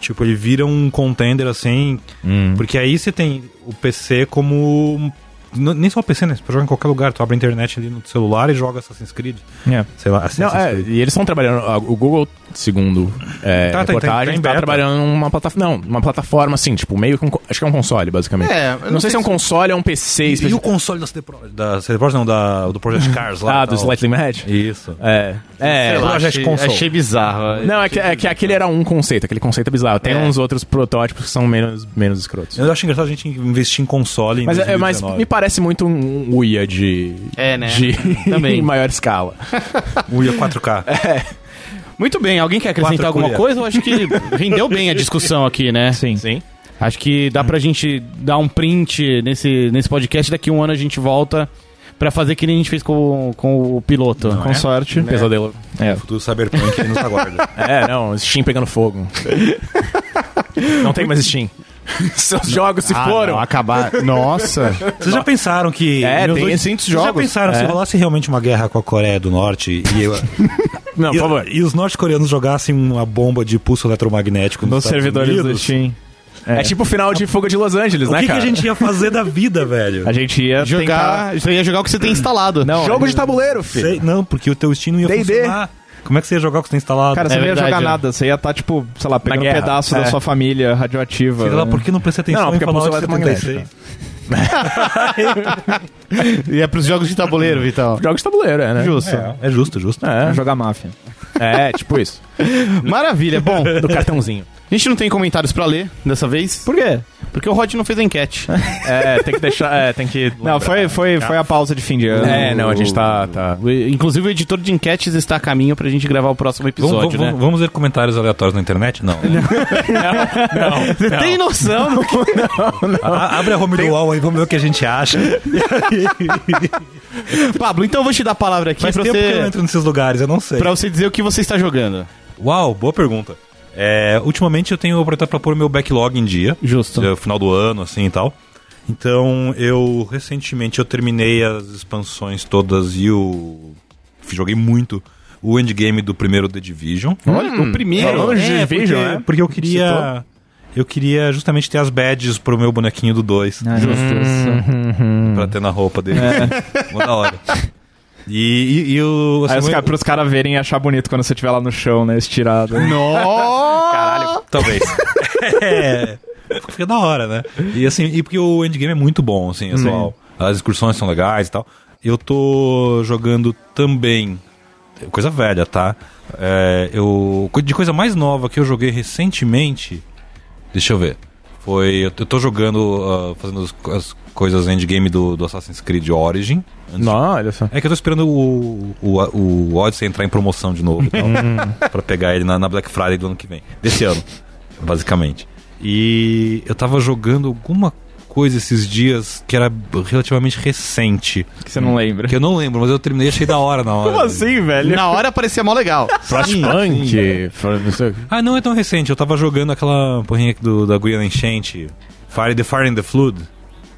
tipo, ele vira um contender assim,
Hum.
porque aí você tem o PC como. um, n- Nem só o PC, né? Você pode jogar em qualquer lugar, tu abre a internet ali no celular e joga Assassin's Creed. Sei lá,
Não,
Assassin's
é,
Creed.
e eles estão trabalhando. a- O Google, segundo é,
Tá, tá, tá, tá
reportagem,
em
está
beta.
trabalhando uma plataforma. Não, uma plataforma assim, tipo, meio que um, co- Acho que é um console, basicamente.
É, eu
não, sei, se é um console, é um PC
E, e
específico.
o console da CD Pro- da CD Projekt, não, da, do Project Cars lá.
Ah,
e
do
tal.
Slightly Mad?
Isso.
É.
Sei
É.
lá,
Project
achei,
Console.
achei bizarro.
Não, é que, é que aquele era um conceito, aquele conceito é bizarro. Tem
É.
uns outros protótipos que são menos, menos escrotos.
Eu acho engraçado a gente investir em console em
Mas, é, mas
2019.
me parece muito um UIA de.
É, né?
De,
Também.
em maior escala.
Uia 4K.
Muito bem, alguém quer
Quatro
acrescentar alguma
colheres.
coisa? Eu acho que rendeu bem a discussão aqui, né?
Sim.
Acho que dá pra gente dar um print nesse, nesse podcast. Daqui um ano a gente volta pra fazer que nem a gente fez com, com o piloto.
Com sorte.
Pesadelo.
Futuro Cyberpunk tá aí nos aguarda.
É, não, Steam pegando fogo. não tem mais Steam. Ah, Seus jogos se foram.
não, acabar. Nossa.
Vocês já pensaram que.
É, tem É.
800
Vocês já
jogos.
pensaram se rolasse realmente uma guerra com a Coreia do Norte e, eu-
Não,
e-
por favor.
e os norte-coreanos jogassem uma bomba de pulso eletromagnético nos,
Nos
Estados
servidores do
Unidos,
Steam.
É. tipo o final de Fuga de Los Angeles,
O
né,
que, que
cara?
a gente ia fazer da vida, velho?
A gente ia tentar-
Jogar. Você ia jogar o que você tem instalado.
Não,
Jogo de tabuleiro, filho.
Sei- não, porque o teu Steam não ia
D&D.
funcionar. Como é que você ia jogar o que você tem instalado?
Cara,
É
você não ia
verdade,
jogar
né?
nada, você ia estar, tipo, sei lá, pegando um
guerra.
pedaço
É.
da sua família radioativa.
Sei lá,
né?
por que não presta atenção
Não,
em
porque a
Fallout
pulso eletromagnética.
76?
Ia pros jogos de tabuleiro, Vital.
Jogo de tabuleiro, é, né?
Justo.
É, é justo, justo.
É,
Jogar máfia.
é, tipo isso.
Maravilha. Bom,
Do cartãozinho.
a gente não tem comentários pra ler dessa vez,
Por quê?
porque o Rod não fez a enquete.
É, tem que deixar. É, tem que.
Não, foi, foi, foi a pausa de fim de ano.
É, não, a gente tá. tá.
O- Inclusive, o editor de enquetes está a caminho pra gente gravar o próximo
Vamos,
episódio,
vamos-
né?
vamos ver comentários aleatórios na internet? Não.
Não, não.
né? Tem noção do que...
A- Abre a home do UOL aí, vamos ver o que a gente acha.
Pablo, então eu vou te dar a palavra aqui pra
Faz tempo que eu não
você,
entro nesses lugares, eu não sei.
pra você dizer o que você está jogando.
Uau, boa pergunta. É, ultimamente eu tenho aproveitado pra pôr meu backlog em dia.
Justo.
É, final do ano, assim e tal. Então, eu recentemente eu terminei as expansões todas e o. Joguei muito o endgame do primeiro The Division.
Olha, o primeiro.
Falando Tá de
É,
Division,
porque,
né?
porque eu queria. Eu queria justamente ter as badges pro meu bonequinho do 2
Ah, justo. É.
pra ter na roupa dele. Uma da hora. E, e, e o.
Aí os
assim,
cara, pros caras verem e achar bonito quando você estiver lá no chão, né? Estirado.
Nossa!
Caralho, talvez. é. Fica da hora, né? E assim, e porque o endgame é muito bom, assim, pessoal. As excursões são legais e tal. Eu tô jogando também. Coisa velha, tá? É, eu, de coisa mais nova que eu joguei recentemente. Deixa eu ver. Foi. Eu tô jogando. ah, fazendo as, as coisas endgame do, do Assassin's Creed Origin. Antes de
Não, olha só.
é que eu tô esperando o, o, o Odyssey entrar em promoção de novo e tal, pra pegar ele na, na Black Friday do ano que vem. Desse ano, basicamente. E eu tava jogando alguma coisa esses dias que era relativamente recente.
Que você não lembra. assim,
Que eu não lembro, mas eu terminei e achei da hora na hora.
velho?
Na hora parecia mó legal.
Flashpunk, fala- não sei o quê.
Ah, não é tão recente. Eu tava jogando aquela porrinha aqui do, da Guiana Enchente. Fire the Fire and the Flood.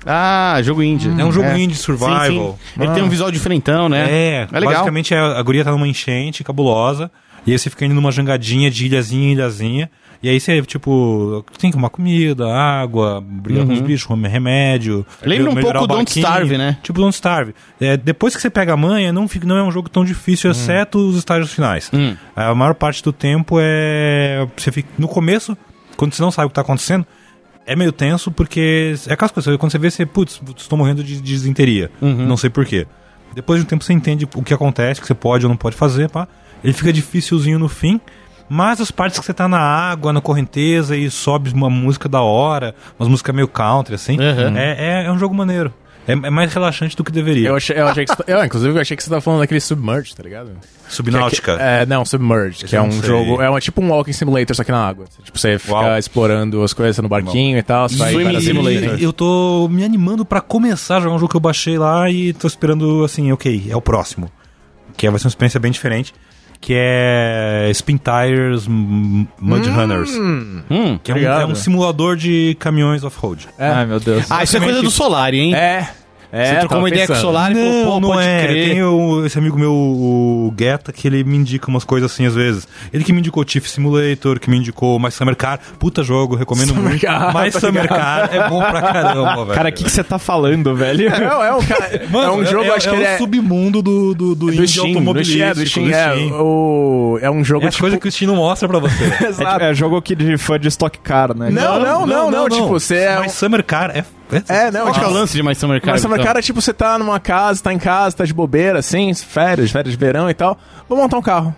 Ah, jogo indie.
É um jogo
indie
indie survival.
Ele tem um visual diferentão, né?
É,
É legal.
basicamente a, a guria tá numa enchente cabulosa, e aí você fica indo numa jangadinha de ilhazinha em ilhazinha, e aí você, tipo, tem que arrumar comida, água, brigar com os bichos, comer remédio.
Uhum. Lembra um
melhorar
pouco
o
Don't
barquinho.
Starve, né?
Tipo Don't Starve. É, depois que você pega a manha, não, fica, não é um jogo tão difícil, exceto os estágios finais.
Hum.
A maior parte do tempo é. Você fica. No começo, quando você não sabe o que tá acontecendo, é meio tenso, porque. É aquelas coisas. Quando você vê, você, putz, estou morrendo de desenteria.
Uhum.
Não sei porquê. Depois de um tempo você entende o que acontece, o que você pode ou não pode fazer, pá. Ele fica dificilzinho no fim. Mas as partes que você tá na água, na correnteza e sobe uma música da hora, umas músicas meio country, assim,
Uhum.
é, é, é um jogo maneiro. É, é mais relaxante do que deveria.
Eu achei, eu achei que você, tá- eu, inclusive, eu achei que você tava falando daquele Submerge, tá ligado?
Subnáutica.
Que é, que- é, não, Submerge, que é um
não sei.
jogo, é um, tipo um walking simulator, só que na água. Tipo, você fica
Uau.
explorando as coisas no barquinho e tal. Você vai
Swimming
várias
simulator.
ilhas.
Eu tô me animando pra começar a jogar um jogo que eu baixei lá e tô esperando, assim, ok, é o próximo. Que é, vai ser uma experiência bem diferente. Que é Spin Tires M- Mud Runners.
Hum.
Que é um,
obrigado.
é um simulador de caminhões off-road.
Ai, meu Deus.
Ah, isso é coisa do Solari, hein?
É. É,
Você trocou
tava
uma ideia com o
pensando. é.
Solari e falou, pô, pode crer.
é. Tem o- esse amigo meu, o Guetta, que ele me indica umas coisas assim às vezes. Ele que me indicou Chief Simulator, que me indicou mais Summer Car. Puta jogo, recomendo muito.
Car,
Mais
tá
Summer Car é bom pra caramba, velho.
Cara, o que que você tá falando, velho?
Não, é um, cara, é um jogo, acho que ele
é
é...
o submundo do, do, do, indie automobilístico,
é, do Steam,
do
é,
Steam.
o, é um jogo,
É as
tipo...
coisas que o Steam não mostra pra você.
Exato.
É, é jogo que de fã de Stock Car, né?
Não, não, não, não, tipo, você é...
Mas Summer Car é...
É, não,
Qual que é
tipo,
o lance de mais Summer Car?
Mas Summer
então?
Car é tipo, você tá numa casa, tá em casa, tá de bobeira, assim, férias, férias de verão e tal. Vou montar um carro.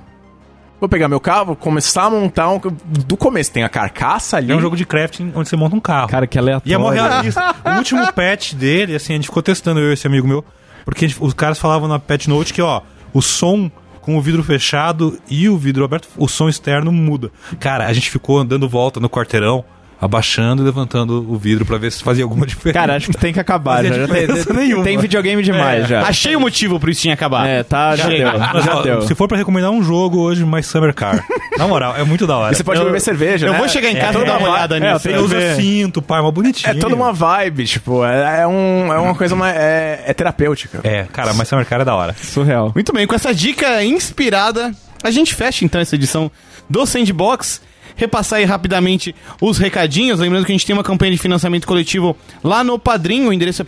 Vou pegar meu carro, vou começar a montar um. Do começo tem a carcaça ali.
É um jogo de crafting onde você monta um carro.
Cara, que aleatório.
E é mó realista. o último patch dele, assim, a gente ficou testando, eu e esse amigo meu, porque a gente- os caras falavam na patch note que, ó, o som com o vidro fechado e o vidro aberto, o som externo muda. Cara, a gente ficou andando volta no quarteirão, abaixando e levantando o vidro pra ver se fazia alguma diferença.
Cara, acho que tem que acabar.
Fazia
Já, já tem,
diferença
tem-
nenhuma.
tem videogame
É.
demais já.
Achei o motivo pro Steam acabar.
É, tá, já
Chega.
deu.
Mas,
Já
Ah, ó,
deu.
se for pra recomendar um jogo hoje, mais Summer Car. Na moral, é muito da hora.
E você pode
Eu-
beber cerveja,
eu
né?
vou chegar em
É
casa e
toda
dar uma
uma-
olhada
é,
nisso. né?
Você
tem que
usa
ver.
cinto, pai, uma bonitinha.
É toda uma vibe, tipo, é, é um, é uma coisa mais. É, é terapêutica.
É, cara, mas Summer Car é da hora.
Né?
Surreal.
Muito bem, com essa dica inspirada, a gente fecha então essa edição do Sandbox. Repassar aí rapidamente os recadinhos. Lembrando que a gente tem uma campanha de financiamento coletivo lá no Padrim. O endereço é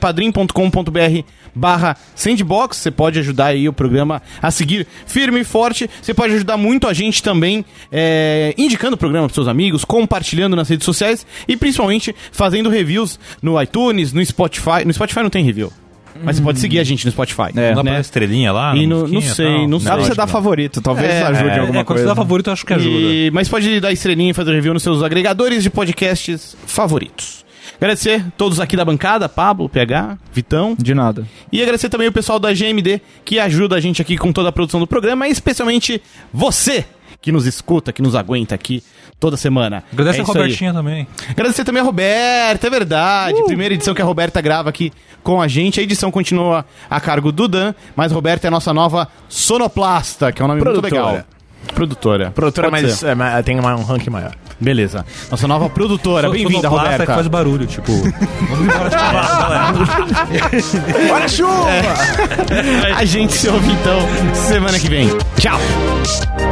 padrim.com.br barra sandbox. Você pode ajudar aí o programa a seguir firme e forte. Você pode ajudar muito a gente também é, indicando o programa para seus amigos, compartilhando nas redes sociais e principalmente fazendo reviews no iTunes, no Spotify. No Spotify não tem review, mas você pode seguir a gente no Spotify.
É.
Não dá
né?
pra estrelinha lá?
E
na
no- não
musiquinha e
sei,
tal?
não sei.
Dá pra
acho
você dar favorito, talvez
É,
ajude alguma
É, é, quando
coisa.
você dá favorito, eu acho que ajuda.
E- mas pode dar estrelinha e fazer review nos seus agregadores de podcasts favoritos. Agradecer a todos aqui da bancada, Pablo, PH, Vitão.
De nada.
E agradecer também o pessoal da GMD que ajuda a gente aqui com toda a produção do programa, e especialmente você que nos escuta, que nos aguenta aqui toda semana.
Agradeço
É
a
isso aí.
Robertinha Uh! também.
Agradecer também a Roberta, é verdade. Primeira edição que a Roberta grava aqui com a gente. A edição continua a cargo do Dan, mas a Roberta é a nossa nova sonoplasta, que é um nome muito
Produtora.
legal. Produtora.
Produtora
Pode
mais,
ser.
é, mais- tem uma- um ranking maior.
Beleza. Nossa nova produtora. Bem-vinda,
Sonoplasta que faz
Roberta.
barulho, tipo... Vamos embora de casa, galera.
Olha a chuva!
A gente se ouve então semana que vem. Tchau.